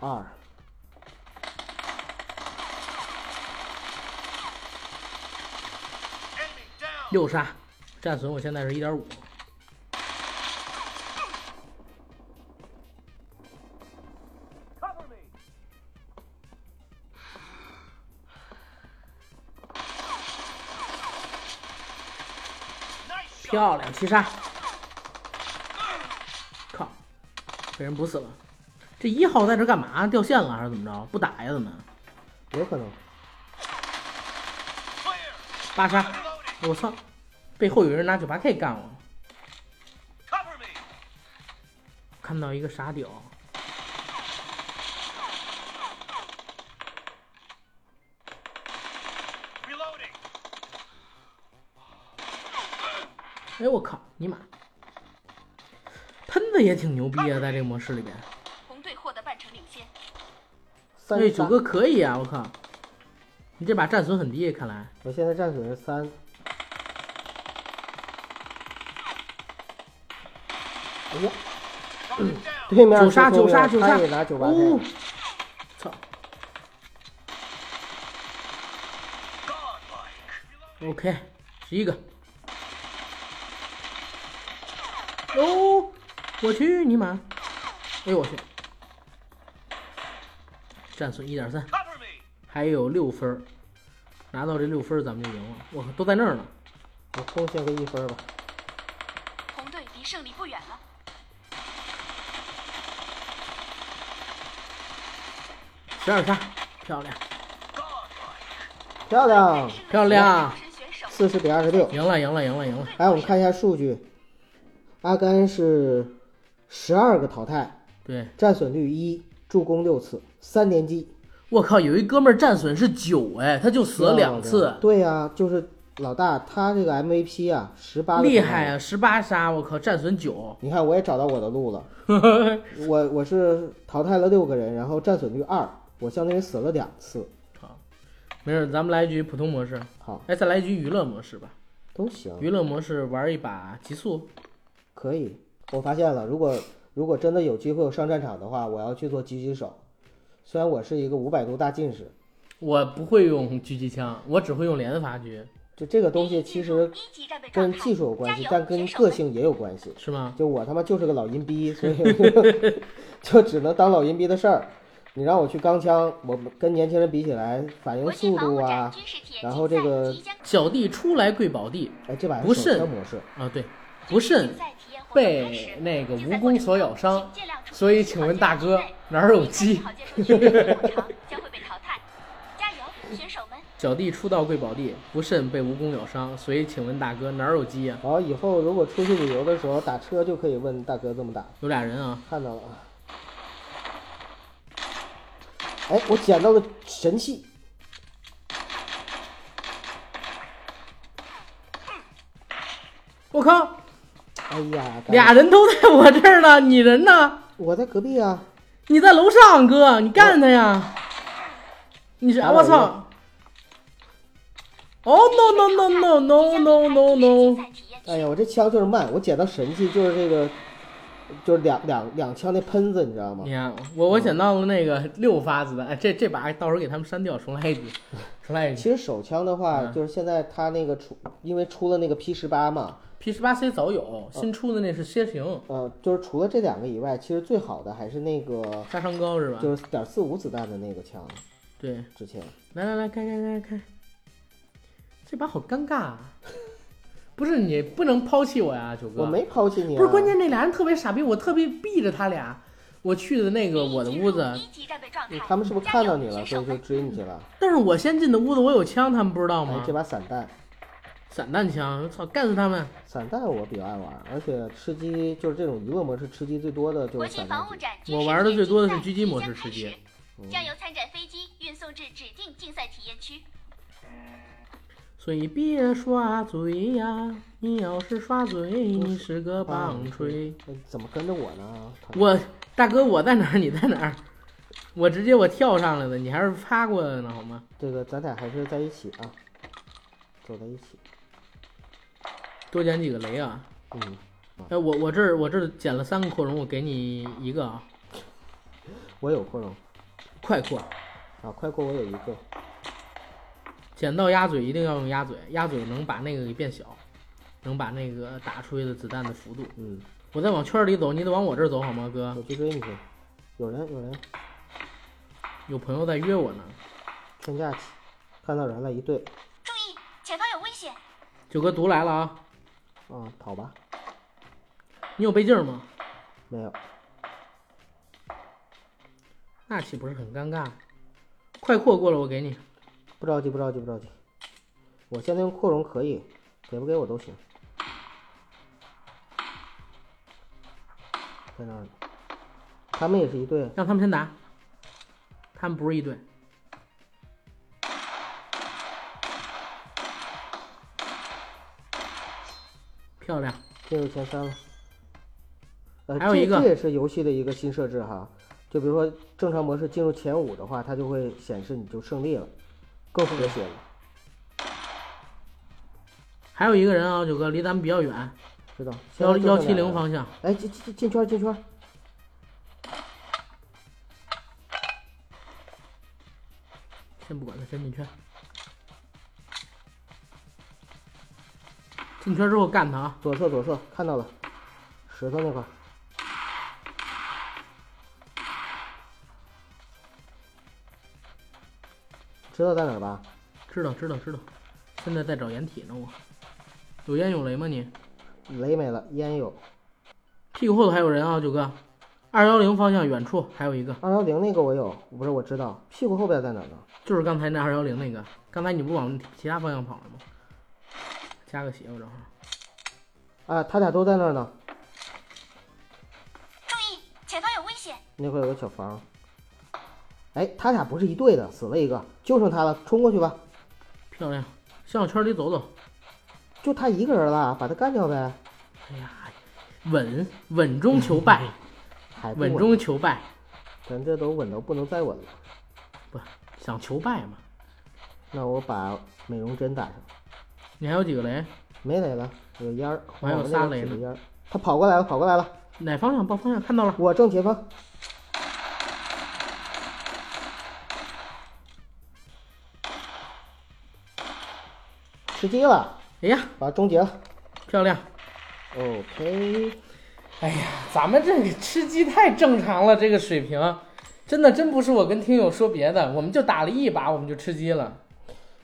Speaker 2: 二，
Speaker 3: Enemy down!
Speaker 1: 六杀，战损我现在是一点五。
Speaker 3: Cover me!
Speaker 1: 漂亮，七杀！靠，被人补死了。这一号在这干嘛？掉线了还是怎么着？不打呀？怎么？
Speaker 2: 有可能。
Speaker 3: Clear!
Speaker 1: 八杀！
Speaker 3: Reloading!
Speaker 1: 我操！背后有人拿九八 K 干我，
Speaker 3: Cover me!
Speaker 1: 看到一个傻屌，
Speaker 3: Reloading!
Speaker 1: 哎我靠，尼玛！喷子也挺牛逼啊，在这个模式里边，
Speaker 4: 红队获得半程领先，
Speaker 2: 三
Speaker 1: 对
Speaker 2: 杀
Speaker 1: 九哥可以啊，我靠！你这把战损很低，看来
Speaker 2: 我现在战损是三，哎呀，
Speaker 3: Cover down!
Speaker 2: 对面
Speaker 1: 九杀
Speaker 2: 出
Speaker 1: 九杀
Speaker 2: 风
Speaker 1: 九
Speaker 2: 了
Speaker 1: 杀
Speaker 2: 他也拿，九八 K，、
Speaker 1: 哦，操！
Speaker 3: Godlike! Reloading!
Speaker 1: OK，十一个。哦，我去你妈！哎呦我去，战损一点三，
Speaker 3: Cover me!
Speaker 1: 还有六分儿，拿到这六分儿咱们就赢了。我靠，都在那儿呢。
Speaker 2: 我贡献个一分吧。
Speaker 4: 红队离胜利不远了。
Speaker 1: 十二杀，漂亮，
Speaker 3: Godlike!
Speaker 2: 漂
Speaker 1: 啊
Speaker 2: 亮，
Speaker 1: 漂亮啊
Speaker 4: 主持选手
Speaker 2: 四十比二十六。
Speaker 1: 赢了，赢了，赢了，赢了。
Speaker 2: 来，我们看一下数据，阿甘是十二个淘汰，
Speaker 1: 对，
Speaker 2: 战损率一，助攻六次，三连击，
Speaker 1: 我靠，有一哥们儿战损是九，哎，他就死了两次，
Speaker 2: 对呀、就是老大他这个 MVP 啊，十八
Speaker 1: 厉害啊！！十八杀，我靠，战损九，
Speaker 2: 你看，我也找到我的路了。我我是淘汰了六个人，然后战损率二，我相当于死了两次。
Speaker 1: 好，没事，咱们来一局普通模式，
Speaker 2: 好，
Speaker 1: 哎，再来一局娱乐模式吧。
Speaker 2: 都行，
Speaker 1: 娱乐模式玩一把极速，
Speaker 2: 可以。我发现了，如果如果真的有机会我上战场的话，我要去做狙击手。虽然我是一个五百度大近视，
Speaker 1: 我不会用狙击枪，我只会用连发狙，
Speaker 2: 就这个东西其实
Speaker 4: 一级战备状
Speaker 2: 跟
Speaker 4: 态
Speaker 2: 技术有关系，
Speaker 4: 加油
Speaker 2: 但跟
Speaker 4: 选手
Speaker 2: 个性也有关系。
Speaker 1: 是吗？
Speaker 2: 就我他妈就是个老阴逼，所以就只能当老阴逼的事儿。你让我去钢枪，我跟年轻人比起来，反应
Speaker 4: 国际
Speaker 2: 速
Speaker 4: 防
Speaker 2: 度
Speaker 4: 务战
Speaker 2: 啊，
Speaker 4: 军事体验
Speaker 2: 然
Speaker 4: 竞
Speaker 2: 后这
Speaker 4: 赛
Speaker 2: 个
Speaker 4: 即将
Speaker 1: 小弟初来贵宝地
Speaker 2: 哎，这把
Speaker 1: 不
Speaker 2: 是
Speaker 1: 慎
Speaker 2: 手枪模式，
Speaker 1: 啊，对，不慎被那个蜈蚣所咬伤，所以请问大哥哪儿有鸡？小弟初到贵宝地，不慎被蜈蚣咬伤，所以请问大哥哪儿有鸡呀、
Speaker 2: 然后以后如果出去旅游的时候打车就可以问大哥这么打，
Speaker 1: 有俩人啊，
Speaker 2: 看到了啊。哎，我捡到了神器，
Speaker 1: 我靠，
Speaker 2: 哎呀，感
Speaker 1: 俩人都在我这儿呢，你人呢？
Speaker 2: 我在隔壁啊，
Speaker 1: 你在楼上，哥，你干他呀！你是啊
Speaker 2: 打我
Speaker 1: 我操！哦 no no no no no no no no！
Speaker 2: 哎呀，我这枪就是慢，我捡到神器就是这个，就是两两两枪那喷子，你知道吗
Speaker 1: 你？看我我捡到了那个六发子弹，哎，这这把到时候给他们删掉，重来 一局，重来一局。
Speaker 2: 其实手枪的话，
Speaker 1: 嗯
Speaker 2: 就是现在它那个出，因为出了那个 P 十八嘛，
Speaker 1: P 十八 C 早
Speaker 2: 哦
Speaker 1: 有，新出的那是楔形
Speaker 2: 呃，就是除了这两个以外，其实最好的还是那个
Speaker 1: 杀伤高是吧？
Speaker 2: 就是点四五子弹的那个枪。
Speaker 1: 对，
Speaker 2: 之前
Speaker 1: 来来来，开开开开，这把好尴尬啊！不是你不能抛弃我呀，九哥。
Speaker 2: 我没抛弃你、啊，
Speaker 1: 不是关键，那俩人特别傻逼，我特别避着他俩。我去的那个我的屋子，
Speaker 2: 他们是不是看到你了，所以就追你去了？
Speaker 1: 但是我先进的屋子，我有枪，他们不知道
Speaker 2: 哎
Speaker 1: 吗，
Speaker 2: 这？把散弹，
Speaker 1: 散弹枪，操，干死他们！
Speaker 2: 散弹我比较爱玩，而且吃鸡就是这种娱乐模式，吃鸡最多的就
Speaker 4: 国
Speaker 2: 是
Speaker 4: 际
Speaker 2: 散
Speaker 4: 防
Speaker 2: 弹
Speaker 4: 务
Speaker 2: 机。
Speaker 4: 展军事
Speaker 1: 我玩的最多的是
Speaker 4: 体
Speaker 1: GG
Speaker 4: 验竞赛
Speaker 1: 模式世
Speaker 4: 即将
Speaker 1: 界嗯
Speaker 4: 开始将由参战飞机运送至指定竞赛体验区。
Speaker 1: 随便耍嘴呀，你要是耍嘴，你是个棒槌。
Speaker 2: 那怎么跟着我呢？他
Speaker 1: 我大哥，我在哪儿？你在哪儿？我直接我跳上来的，你还是趴过来的呢，好吗？
Speaker 2: 这个咱俩还是在一起啊，走在一起。
Speaker 1: 多捡几个雷啊！
Speaker 2: 嗯，
Speaker 1: 哎，我我这儿我这儿捡了三个扩容，我给你一个啊，
Speaker 2: 我有扩容
Speaker 1: 快扩！
Speaker 2: 啊，快过我有一个。
Speaker 1: 捡到鸭嘴一定要用鸭嘴，鸭嘴能把那个给变小，能把那个打出去的子弹的幅度。
Speaker 2: 嗯，
Speaker 1: 我再往圈儿里走，你得往我这儿走好吗，哥
Speaker 2: 我？去追你去。有人，有人，
Speaker 1: 有朋友在约我呢，
Speaker 2: 天价起，看到人了，一队
Speaker 4: 注意，前方有危险！
Speaker 1: 九哥毒来了啊！
Speaker 2: 啊，跑吧，
Speaker 1: 你有背镜吗？
Speaker 2: 没有。
Speaker 1: 那岂不是很尴尬？快扩过了，我给你。
Speaker 2: 不着急，不着急，不着急。我现在用扩容可以，给不给我都行。在那儿呢，他们也是一队，
Speaker 1: 让他们先打，他们不是一队。漂亮，
Speaker 2: 进入前三了。呃，
Speaker 1: 还有
Speaker 2: 这
Speaker 1: 一个
Speaker 2: 这也是游戏的一个新设置哈。就比如说正常模式进入前五的话，它就会显示你就胜利了，更和谐了。
Speaker 1: 还有一个人啊，九哥离咱们比较远，
Speaker 2: 知道？现
Speaker 1: 幺
Speaker 2: 在就
Speaker 1: 幺
Speaker 2: 剩
Speaker 1: 七
Speaker 2: 俩
Speaker 1: 零
Speaker 2: 人了
Speaker 1: 方向。
Speaker 2: 哎，进进进圈儿进圈儿，
Speaker 1: 先不管他，先进圈。进圈之后干他啊！
Speaker 2: 左侧左侧看到了，石头那块儿。知道在哪儿吧？
Speaker 1: 知道知道知道，现在在找掩体呢我。有烟有雷吗你？
Speaker 2: 雷没了，烟有。
Speaker 1: 屁股后头还有人啊，九哥。二幺零方向远处还有一个，
Speaker 2: 二幺零那个我有，不是我知道，屁股后边在哪儿呢？
Speaker 1: 就是刚才那二幺零那个。刚才你不往其他方向跑了吗？加个血我正好。
Speaker 2: 啊，他俩都在那儿呢。
Speaker 4: 注意，前方有危险！
Speaker 2: 那块儿有个小房。哎，他俩不是一队的，死了一个，就剩他了，冲过去吧，
Speaker 1: 漂亮，先往圈里走走。
Speaker 2: 就他一个人了，啊把他干掉呗。
Speaker 1: 哎呀，稳稳中求败，
Speaker 2: 还 不
Speaker 1: 稳
Speaker 2: 稳，
Speaker 1: 中求败，
Speaker 2: 咱这都稳到不能再稳了。
Speaker 1: 不想求败嘛？
Speaker 2: 那我把美容针打上。
Speaker 1: 你还有几个雷？
Speaker 2: 没雷了，有烟儿，
Speaker 1: 我还有
Speaker 2: 那
Speaker 1: 仨
Speaker 2: 边
Speaker 1: 雷
Speaker 2: 几个
Speaker 1: 呢
Speaker 2: 烟儿。他跑过来了，跑过来了，
Speaker 1: 哪方向？报方向看到了。
Speaker 2: 我正前方。吃鸡了，
Speaker 1: 哎呀，
Speaker 2: 把它终结了。
Speaker 1: 漂亮！
Speaker 2: OK，
Speaker 1: 哎呀，咱们这个吃鸡太正常了，这个水平，真的真不是我跟听友说别的，我们就打了一把我们就吃鸡了。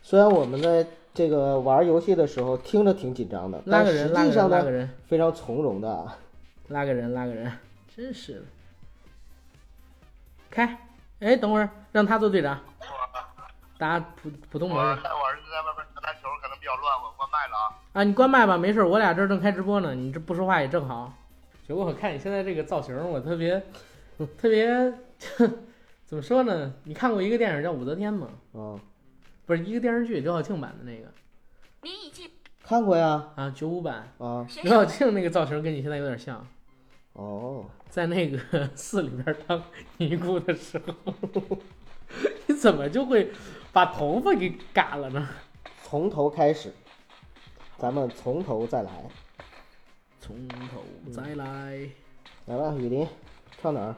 Speaker 2: 虽然我们在这个玩游戏的时候听着挺紧张的，
Speaker 1: 拉
Speaker 2: 但
Speaker 1: 个
Speaker 2: 实
Speaker 1: 人，拉
Speaker 2: 际
Speaker 1: 个
Speaker 2: 上
Speaker 1: 人，拉个
Speaker 2: 呢
Speaker 1: 人，
Speaker 2: 非常从容的啊。
Speaker 1: 拉个人，拉个人，真是的。开，哎，等会儿让他做队长，打普普通模
Speaker 3: 我
Speaker 1: 式
Speaker 3: 我儿子在外边打篮球，可能比较乱，我关麦了啊。
Speaker 1: 啊。你关麦吧，没事儿，我俩这儿正开直播呢，你这不说话也正好。九哥，我看你现在这个造型，我特别特别， 怎么说呢？你看过一个电影叫《武则天》吗？
Speaker 2: 嗯，
Speaker 1: 不是一个电视剧，刘晓庆版的那个
Speaker 4: 你已进
Speaker 2: 看过呀，
Speaker 1: 啊，九五版。
Speaker 2: 啊，
Speaker 4: 选
Speaker 1: 刘晓庆那个造型跟你现在有点像，
Speaker 2: 哦，
Speaker 1: 在那个寺里边当尼姑的时候， 你怎么就会把头发给嘎了呢？
Speaker 2: 从头开始，咱们从头再来。
Speaker 1: 从头再来，
Speaker 2: 来吧，雨林，唱哪儿？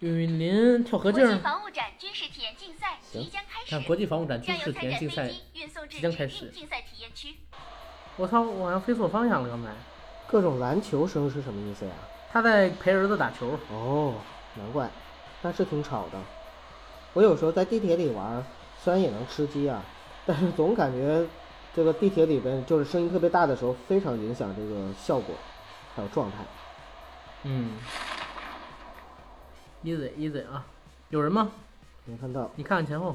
Speaker 1: 雨林跳河
Speaker 4: 国
Speaker 1: 镜
Speaker 4: 际
Speaker 1: 儿。
Speaker 4: 防务展军事体验竞赛即将开
Speaker 1: 看
Speaker 4: 始
Speaker 1: 国，际防务展军
Speaker 4: 将
Speaker 1: 事
Speaker 4: 由
Speaker 1: 体
Speaker 4: 参
Speaker 1: 验
Speaker 4: 战
Speaker 1: 竞赛
Speaker 4: 飞，机运送至
Speaker 1: 即将开
Speaker 4: 指
Speaker 1: 始
Speaker 4: 定竞赛体验区。
Speaker 1: 我操，我好像飞错方向了。刚才
Speaker 2: 各种篮球声是什么意思呀？
Speaker 1: 他在陪儿子打球，
Speaker 2: 哦，难怪，那是挺吵的。我有时候在地铁里玩，虽然也能吃鸡啊，但是总感觉这个地铁里边就是声音特别大的时候，非常影响这个效果，还有状态。
Speaker 1: 嗯，easy easy 啊，有人吗？
Speaker 2: 能看到
Speaker 1: 你看看前后，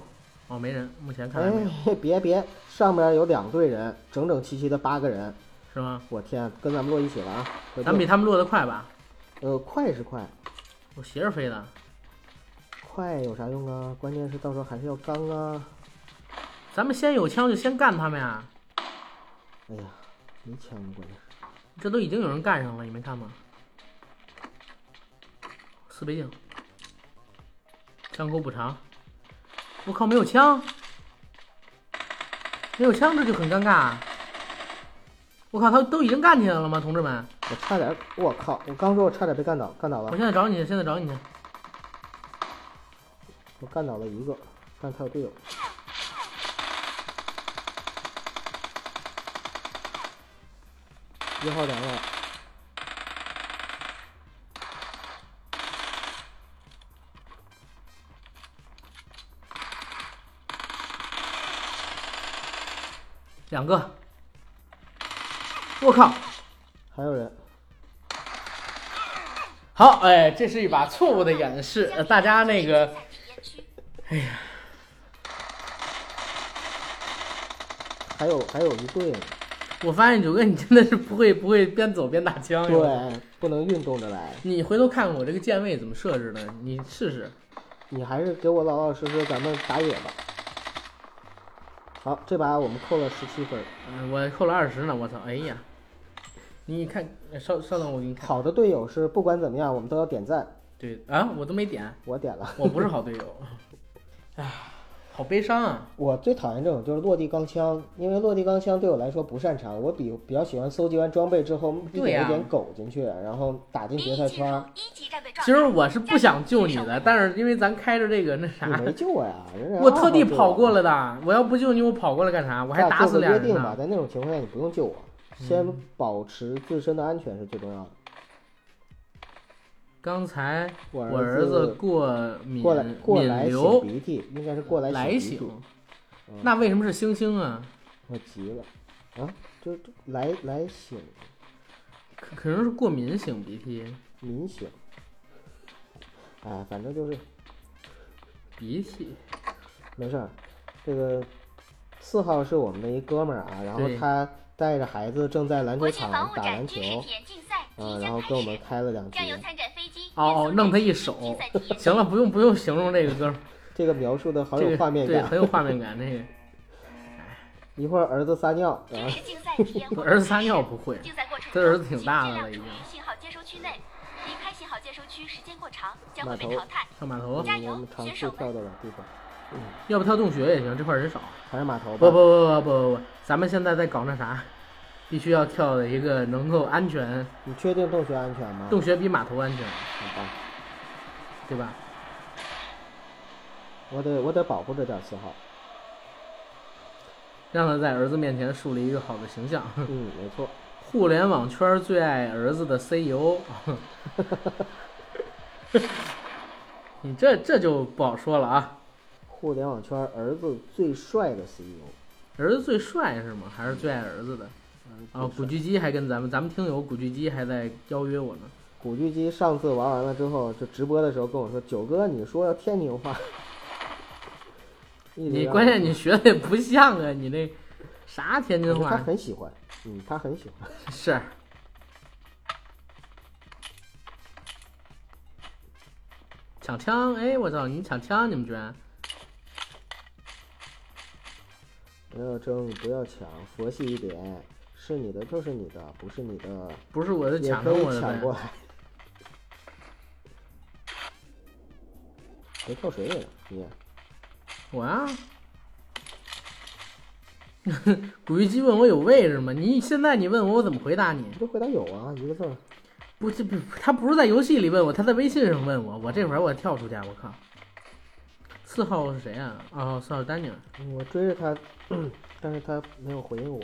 Speaker 1: 啊、哦，没人，目前看来没有，
Speaker 2: 哎，别别，上面有两队人，整整齐齐的八个人。
Speaker 1: 是吗？
Speaker 2: 我天，跟咱们落一起了啊！回
Speaker 1: 咱们比
Speaker 2: 队
Speaker 1: 他们落得快吧？
Speaker 2: 呃，快是快，
Speaker 1: 我斜着飞的，
Speaker 2: 快有啥用啊？关键是到时候还是要刚啊！
Speaker 1: 咱们先有枪就先干他们呀！
Speaker 2: 哎呀，没枪了，关键是
Speaker 1: 这都已经有人干上了，你没看吗？四倍镜，枪口补偿。我靠，没有枪，没有枪这就很尴尬啊。我靠，他都已经干起来了吗，同志们？
Speaker 2: 我差点，我靠！我刚说我差点被干倒，干倒
Speaker 1: 我
Speaker 2: 了
Speaker 1: 现，在找你去，现在找你去。
Speaker 2: 我干倒了一个，但他有队友。一号两了，
Speaker 1: 两个。我靠，
Speaker 2: 还有人，
Speaker 1: 好，哎，这是一把错误的演示，呃大家那个。
Speaker 4: 体验区。
Speaker 2: 还有还有一队呢。
Speaker 1: 我发现九哥，你真的是不会不会边走边打枪呀。
Speaker 2: 对，不能运动着来，
Speaker 1: 你回头看看我这个键位怎么设置的，你试试。
Speaker 2: 你还是给我老老实实咱们打野吧。好，这把我们扣了十七分儿。
Speaker 1: 嗯，我扣了二十呢，我操！哎呀，你看，稍稍等我给你看。
Speaker 2: 好的队友是不管怎么样，我们都要点赞。
Speaker 1: 对啊，我都没点，
Speaker 2: 我点了，
Speaker 1: 我不是好队友。 哎，好悲伤啊！
Speaker 2: 我最讨厌这种就是落地钢枪，因为落地钢枪对我来说不擅长，我比比较喜欢搜集完装备之后一
Speaker 1: 对
Speaker 2: 点
Speaker 1: 呀
Speaker 2: 一点苟进去，然后打进决赛圈儿。
Speaker 4: 一级战队状态
Speaker 1: 其实我是不想救你的，但是因为咱开着这个那
Speaker 2: 你
Speaker 1: 啥，
Speaker 2: 没救我呀！人家
Speaker 1: 我特地
Speaker 2: 二号队友
Speaker 1: 跑过来的。我要不救你，我跑过来干啥？我还
Speaker 2: 咱俩
Speaker 1: 打
Speaker 2: 啊做
Speaker 1: 死
Speaker 2: 个
Speaker 1: 俩
Speaker 2: 约
Speaker 1: 人
Speaker 2: 定吧，
Speaker 1: 呢。嗯
Speaker 2: 在那种情况下你不用救我，先保持自身的安全是最重要的。
Speaker 1: 刚才
Speaker 2: 我
Speaker 1: 我
Speaker 2: 儿
Speaker 1: 儿
Speaker 2: 子
Speaker 1: 子过敏
Speaker 2: 过来过来
Speaker 1: 敏
Speaker 2: 擤
Speaker 1: 流
Speaker 2: 鼻涕，应该是过来
Speaker 1: 来
Speaker 2: 擤鼻涕。
Speaker 1: 醒，那为什么是星星啊？
Speaker 2: 我急了，啊，就就来来醒
Speaker 1: 可可能是过敏擤鼻涕，
Speaker 2: 民醒，哎，反正就是
Speaker 1: 鼻 涕。
Speaker 2: 没事儿。这个四号是我们的一哥们儿啊，然后
Speaker 1: 对
Speaker 2: 他带着孩子正在篮球
Speaker 4: 国际
Speaker 2: 场
Speaker 4: 防务
Speaker 2: 打
Speaker 4: 展
Speaker 2: 篮
Speaker 4: 军
Speaker 2: 球，
Speaker 4: 事体验竞赛即
Speaker 2: 嗯，
Speaker 4: 将
Speaker 2: 然后
Speaker 4: 开
Speaker 2: 跟我
Speaker 4: 始
Speaker 2: 们开了两局
Speaker 4: 将。由参战飞机
Speaker 1: 嗯哦哦，弄他一手。 行了，不用不用形容这个歌，
Speaker 2: 这个描述的好
Speaker 1: 这
Speaker 2: 有
Speaker 1: 个
Speaker 2: 画面
Speaker 1: 对，
Speaker 2: 感。
Speaker 1: 很有画面感。 这个
Speaker 2: 一会儿儿子撒尿，嗯然
Speaker 4: 军
Speaker 2: 后
Speaker 4: 事竞赛 体验活
Speaker 1: 嗯我
Speaker 4: 动
Speaker 1: 儿子撒尿不 会，
Speaker 4: 竞赛过程
Speaker 1: 这
Speaker 4: 中，
Speaker 1: 儿子挺大的
Speaker 4: 尽
Speaker 1: 了
Speaker 4: 量
Speaker 1: 已
Speaker 4: 处
Speaker 1: 经
Speaker 4: 于信号接收区内，离开信号接收区时间过长将
Speaker 2: 码
Speaker 4: 会被
Speaker 2: 头
Speaker 4: 淘汰。
Speaker 1: 上码头，
Speaker 4: 加油
Speaker 2: 我们尝
Speaker 4: 选
Speaker 2: 试
Speaker 4: 手们
Speaker 2: 跳到老地方，
Speaker 1: 要不跳洞穴也行，这块人少。
Speaker 2: 还是码头吧。
Speaker 1: 不不不不不不，咱们现在在搞那啥，必须要跳的一个能够安全，
Speaker 2: 你确定洞穴安全吗？
Speaker 1: 洞穴比码头安全，
Speaker 2: 好吧，
Speaker 1: 对吧？
Speaker 2: 我得我得保护着点儿四号。
Speaker 1: 让他在儿子面前树立一个好的形象。
Speaker 2: 嗯，没错。
Speaker 1: 互联网圈最爱儿子的 E CEO，你这这就不好说了啊。
Speaker 2: 互联网圈儿子最帅的 E CEO，
Speaker 1: 儿子最帅是吗？还是最爱儿子的？啊，古巨基还跟咱们，咱们听友古巨基还在邀约 我呢。
Speaker 2: 古巨基上次玩完了之后，就直播的时候跟我说：“九哥，你说要天津话。” 一直
Speaker 1: 你
Speaker 2: 让
Speaker 1: 关
Speaker 2: 我
Speaker 1: 键你学的也不像啊，你那啥天津
Speaker 2: 他
Speaker 1: 话
Speaker 2: 很喜欢，嗯，他很喜欢。
Speaker 1: 是？抢枪！哎，我操！你抢枪，你们居然
Speaker 2: 不要争，不要抢，佛系一点，是你的就是你的，不是你的
Speaker 1: 不是我的
Speaker 2: 也
Speaker 1: 抢
Speaker 2: 可
Speaker 1: 着我的
Speaker 2: 以
Speaker 1: 呗
Speaker 2: 抢？过来。谁跳水里了？你
Speaker 1: 我 啊，古巨基问我有位置吗？你现在你问我，我怎么回答你
Speaker 2: 你？就回答有啊，一个字儿。
Speaker 1: 不，这不，他不是在游戏里问我，他在微信上问我。我这会儿我跳出去，我靠！四号是谁啊？哦，四号丹尼尔。
Speaker 2: 嗯我追着他，嗯但是他没有回应我。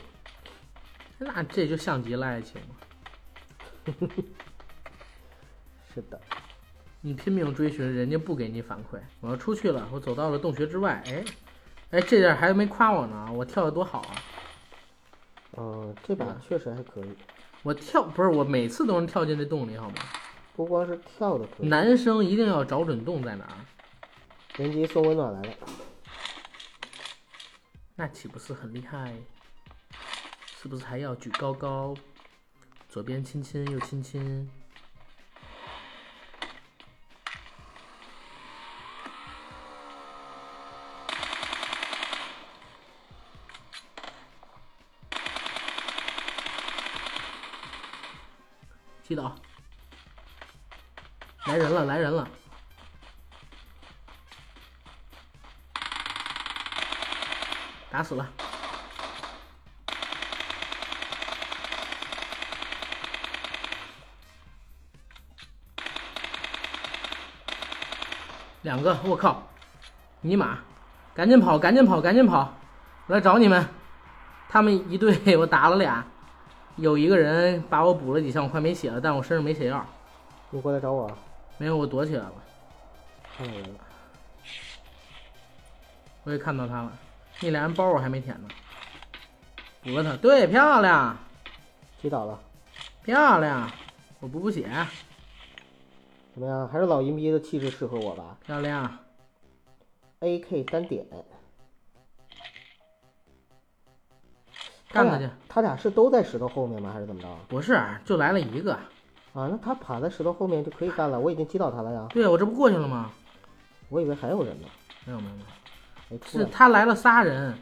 Speaker 1: 那这就像极了爱情嘛
Speaker 2: 是的，
Speaker 1: 你拼命追寻，人家不给你反馈。我要出去了，我走到了洞穴之外。哎，哎，这点还没夸我呢，我跳的多好啊！
Speaker 2: 嗯，这把
Speaker 1: 嗯
Speaker 2: 确实还可以。
Speaker 1: 我跳不是我每次都能跳进这洞里，好吗？
Speaker 2: 不光是跳的可以，
Speaker 1: 男生一定要找准洞在哪儿。
Speaker 2: 人机送温暖来了，
Speaker 1: 那岂不是很厉害？是不是还要举高高，左边亲亲右亲亲？击倒！啊来人了，来人了！打死了！两个，我靠！尼玛，赶紧跑，赶紧跑，赶紧跑！我来找你们，他们一队 我打了俩，有一个人把我补了几枪，我快没血了，但我身上没血药，
Speaker 2: 你过来找我啊，
Speaker 1: 没有我躲起来了，
Speaker 2: 看到人了。
Speaker 1: 我也看到他了，那俩人包我还没舔呢，补了他，对，漂亮，
Speaker 2: 击倒了，
Speaker 1: 漂亮，我补补血，
Speaker 2: 怎么样？还是老银逼的气质适合我吧
Speaker 1: 漂亮，
Speaker 2: ？AK 单点，
Speaker 1: 干他
Speaker 2: 他俩
Speaker 1: 去！
Speaker 2: 他俩是都在石头后面吗？还是怎么着？
Speaker 1: 不是，就来了一个，
Speaker 2: 啊，那他爬在石头后面就可以干了。我已经击倒他了呀，
Speaker 1: 对我这不过去了吗？
Speaker 2: 我以为还有人呢，哎
Speaker 1: 没有没有没有，
Speaker 2: 没出
Speaker 1: 是
Speaker 2: 来。
Speaker 1: 他来了仨人，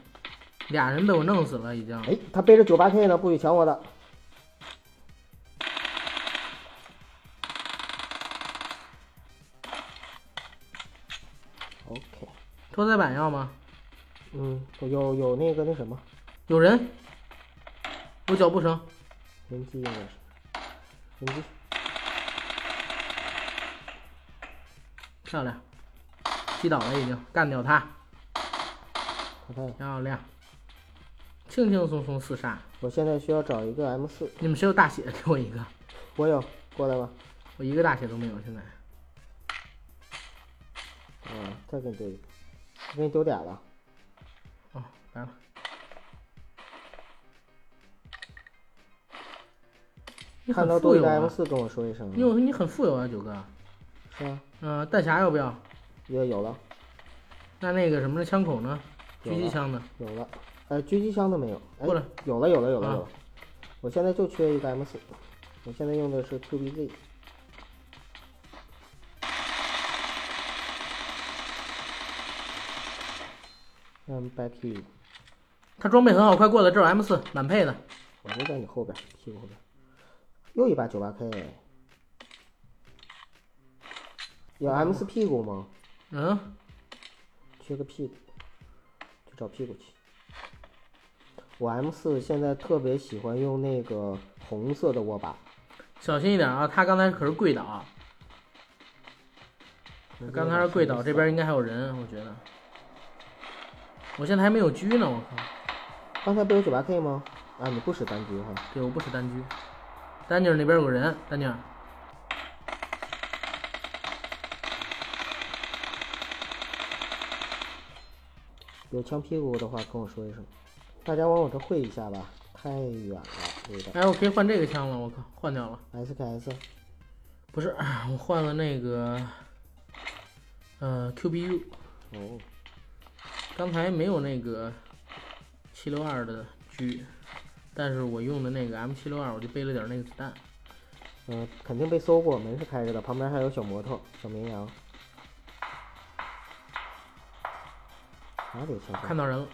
Speaker 1: 俩人被我弄死了已经。
Speaker 2: 哎，他背着九八 K 呢，不许抢我的。OK，
Speaker 1: 拖载板要吗？
Speaker 2: 嗯，有有那个那什么，
Speaker 1: 有人，有脚步声，
Speaker 2: 人机应该是，人机
Speaker 1: 漂亮，击倒了已经，干掉他，
Speaker 2: 淘汰了。
Speaker 1: 漂亮，轻轻松松四杀。
Speaker 2: 我现在需要找一个 M 四，
Speaker 1: 你们谁有大血给我一个？
Speaker 2: 我有，过来吧。
Speaker 1: 我一个大血都没有，现在
Speaker 2: 啊，再给你丢一个，我给你丢俩了。
Speaker 1: 哦，来了。你
Speaker 2: 看到
Speaker 1: 很
Speaker 2: 多
Speaker 1: 富
Speaker 2: 一
Speaker 1: 有
Speaker 2: 个
Speaker 1: 啊
Speaker 2: M！四跟我说一声啊。
Speaker 1: 你有你很富有啊，九哥。
Speaker 2: 是啊，
Speaker 1: 嗯、弹匣要不要？
Speaker 2: 也有了，
Speaker 1: 那那个什么的枪口呢？
Speaker 2: 有啊
Speaker 1: 狙
Speaker 2: 了
Speaker 1: 击枪呢？
Speaker 2: 有了。呃，狙击枪都没有。哎
Speaker 1: 过来，
Speaker 2: 有了，有了，有了，
Speaker 1: 啊
Speaker 2: 有了。我现在就缺一个 M 四，我现在用的是 QBZ。嗯，白屁股，
Speaker 1: 他装备很好，快过来，这有 M 四满配的。
Speaker 2: 我就在你后边，屁股后边。又一把九八 K，有 M 四屁股吗？
Speaker 1: 嗯，
Speaker 2: 缺个屁股，去找屁股去。我 M 四现在特别喜欢用那个红色的握把，
Speaker 1: 小心一点啊！他刚才可是跪倒，他刚才是跪倒，这边应该还有人，我觉得。我现在还没有狙呢，我靠！
Speaker 2: 刚才不有九八 K 吗？啊，你不使单狙哈，
Speaker 1: 对，我不使单狙。丹尼尔那边有个人，丹尼尔，
Speaker 2: 有枪屁股的话跟我说一声，大家往我这汇一下吧，太远了，有点。
Speaker 1: 哎，我可以换这个枪了，我靠，换掉了。
Speaker 2: SKS
Speaker 1: 不是，我换了那个，呃，QBU，
Speaker 2: 哦，
Speaker 1: 刚才没有那个七六二的狙，但是我用的那个 M 七六二，我就背了点那个子弹。
Speaker 2: 嗯、肯定被搜过，门是开着的，旁边还有小摩托、小绵羊，哪里有枪
Speaker 1: 看
Speaker 2: 声？
Speaker 1: 到人了，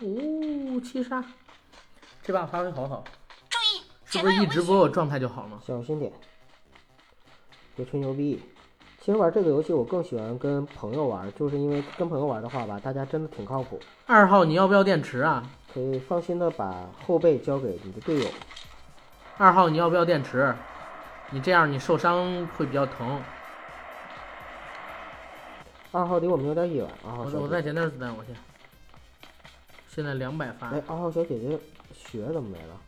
Speaker 1: 哦，七杀，这把发挥好好，
Speaker 4: 注意，
Speaker 1: 是
Speaker 4: 前
Speaker 1: 不
Speaker 4: 方
Speaker 1: 是
Speaker 4: 有
Speaker 1: 一
Speaker 4: 危
Speaker 1: 直
Speaker 4: 险！
Speaker 1: 播我状态就好吗？
Speaker 2: 小心点，别吹牛逼。其实玩这个游戏，我更喜欢跟朋友玩，就是因为跟朋友玩的话吧，大家真的挺靠谱，
Speaker 1: 二号，你要不要电池啊？
Speaker 2: 可以放心的把后背交给你的队友。
Speaker 1: 二号，你要不要电池？你这样你受伤会比较疼。
Speaker 2: 二号离我们有点远，二号
Speaker 1: 我
Speaker 2: 小
Speaker 1: 我
Speaker 2: 姐
Speaker 1: 再捡点子弹，我去。现在两百发
Speaker 2: 哎，，二号小姐姐血怎么没了？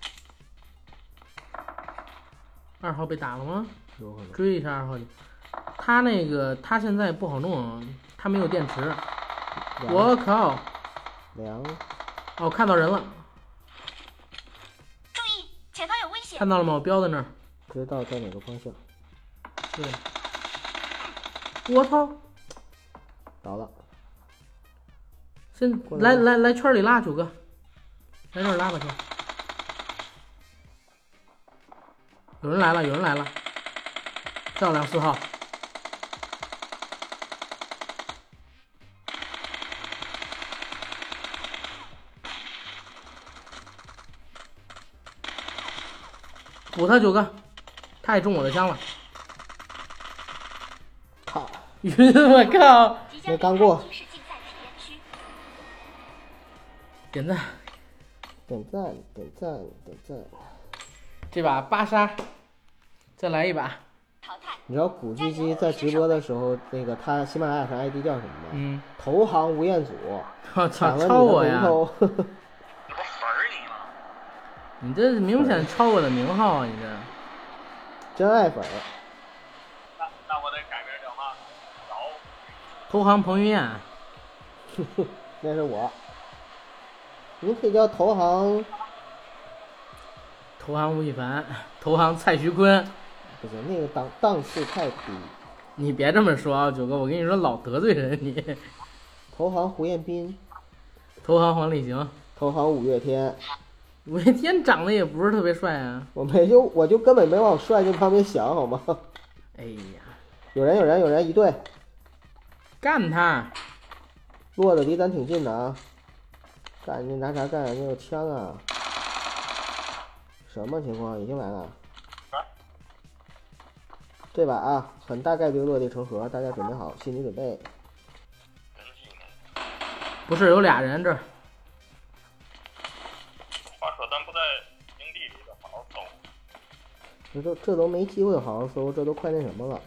Speaker 1: 二号被打了吗？
Speaker 2: 有可能
Speaker 1: 追一下二号去。他那个他现在不好弄，他没有电池。我靠！
Speaker 2: 凉，
Speaker 1: 哦，看到人了，
Speaker 4: 注意，前方有危险！
Speaker 1: 看到了吗？我标在那儿。
Speaker 2: 知道在哪个方向。
Speaker 1: 对，我操！
Speaker 2: 倒了，
Speaker 1: 先
Speaker 2: 过来
Speaker 1: 来来来圈里拉九哥，来这儿拉吧圈。有人来了，有人来了，照亮四号。补他九哥，太中我的枪了，
Speaker 2: 靠，
Speaker 1: 晕！ 我靠，
Speaker 4: 即
Speaker 2: 没
Speaker 4: 将
Speaker 2: 刚
Speaker 4: 离开
Speaker 2: 过
Speaker 4: 军事竞赛体验区，
Speaker 1: 点赞。
Speaker 2: 点赞点赞点赞。
Speaker 1: 这把八杀，再来一把。
Speaker 4: 淘汰。
Speaker 2: 你知道古巨基在直播的时候，那个他喜马拉雅上 ID 叫什么吗？
Speaker 1: 嗯，
Speaker 2: 投行吴彦祖，
Speaker 1: 我操，
Speaker 2: 抢了
Speaker 1: 抄我
Speaker 2: 你的
Speaker 1: 呀！
Speaker 2: 名头，
Speaker 3: 这不粉儿你吗？
Speaker 1: 你这是明显抄我的名号啊！你这
Speaker 2: 真爱粉儿。
Speaker 3: 那那我得改名叫嘛？老
Speaker 1: 投行彭于晏，
Speaker 2: 那是我。你可以叫投行，
Speaker 1: 投行吴亦凡， 投行蔡徐坤。
Speaker 2: 不行，那个档档次太低。
Speaker 1: 你别这么说啊，九哥，我跟你说老得罪人你。
Speaker 2: 投行胡彦斌，
Speaker 1: 投行黄立行，
Speaker 2: 投行五月天，
Speaker 1: 五月天长得也不是特别帅啊。
Speaker 2: 我没就我就根本没往帅这方面想，好吗？
Speaker 1: 哎呀，
Speaker 2: 有人有人有人一队，
Speaker 1: 干他！
Speaker 2: 落的离咱挺近的啊！干人家拿啥干？人家有枪啊！什么情况？已经来了。这把啊，很大概率落地成盒，大家准备好心理准备。
Speaker 3: 人机呢？
Speaker 1: 不是有俩人这儿，
Speaker 3: 话说咱不在营地里头好好搜，
Speaker 2: 这都这都没机会好好搜，这都快那什么了，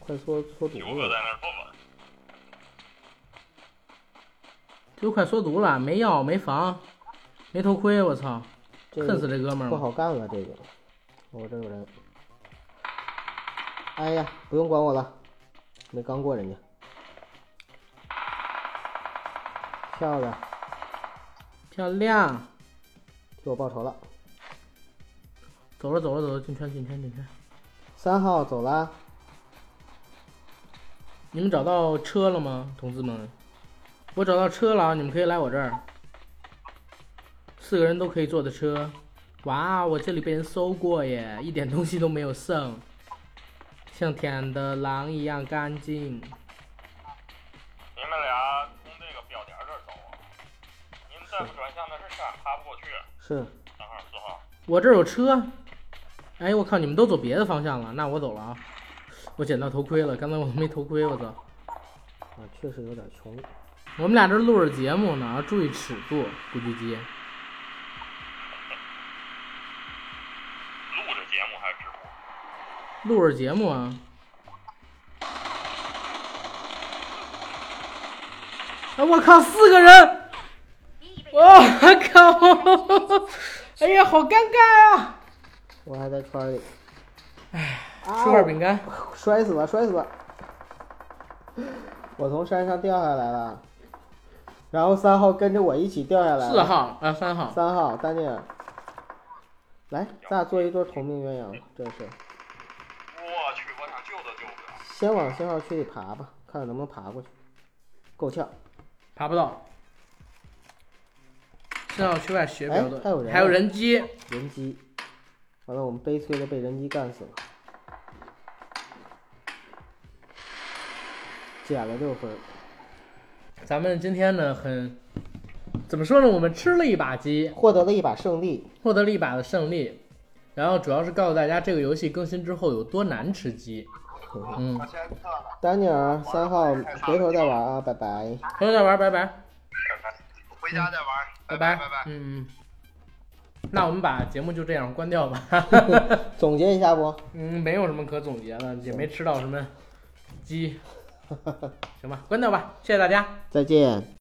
Speaker 2: 快缩缩肚
Speaker 3: 九
Speaker 2: 子
Speaker 3: 哥在
Speaker 2: 了。
Speaker 3: 那儿不稳，
Speaker 1: 这都快缩毒了，没药没防，没头盔，我操，
Speaker 2: 这
Speaker 1: 恨死这哥们儿
Speaker 2: 不
Speaker 1: 了。
Speaker 2: 好干了，这个。我、这有人。哎呀，不用管我了，没刚过人家。漂亮，
Speaker 1: 漂亮，
Speaker 2: 替我报仇了。
Speaker 1: 走了走了走了，进圈进圈进圈。
Speaker 2: 三号走啦，
Speaker 1: 你们找到车了吗，同志们？我找到车了啊，你们可以来我这儿。四个人都可以坐的车。哇，我这里被人搜过耶，一点东西都没有剩，像舔的狼一样干净。
Speaker 3: 你们俩从这个标点这儿走啊，你们再不转向那是山，爬不过去。
Speaker 2: 是
Speaker 3: 三号四号，
Speaker 1: 我这儿有车。哎，我靠，你们都走别的方向了，那我走了啊。我捡到头盔了，刚才我都没头盔，我操！
Speaker 2: 啊，确实有点穷。
Speaker 1: 我们俩这录着节目呢，要注意尺度，古巨基。
Speaker 3: 录着节目还是直播？
Speaker 1: 录着节目啊。哎，我靠，四个人！
Speaker 4: 你已被
Speaker 1: 我靠！哎呀，好尴尬呀、
Speaker 2: 我还在圈里，
Speaker 1: 啊！吃块饼干，
Speaker 2: 摔死了，摔死了！我从山上掉下来了，然后三号跟着我一起掉下来了。
Speaker 1: 四号啊，三号，
Speaker 2: 三号丹尼尔，来，咱俩做一对同命鸳鸯，这是
Speaker 3: 我去，我想救都救不了。
Speaker 2: 先往信号区里爬吧，看看能不能爬过去，够呛。
Speaker 1: 爬不到。正要去外学比较多，
Speaker 2: 哎还有人啊
Speaker 1: 还有人机，
Speaker 2: 人机，完了我们悲催的被人机干死了，减了六分儿，
Speaker 1: 咱们今天呢很，怎么说呢？我们吃了一把鸡，
Speaker 2: 获得了一把胜利。
Speaker 1: 获得了一把的胜利，然后主要是告诉大家这个游戏更新之后有多难吃鸡。嗯，
Speaker 3: 我先撤了，
Speaker 2: 丹尼尔三号，回头再玩啊，拜拜。
Speaker 1: 回头再玩，拜拜。
Speaker 3: 回家再玩，
Speaker 1: 拜
Speaker 3: 拜
Speaker 1: 拜
Speaker 3: 拜拜。
Speaker 1: 嗯，那我们把节目就这样关掉吧。
Speaker 2: 总结一下不？
Speaker 1: 嗯，没有什么可总结的，也没吃到什么鸡，行吧，关掉吧，谢谢大家。
Speaker 2: 再见。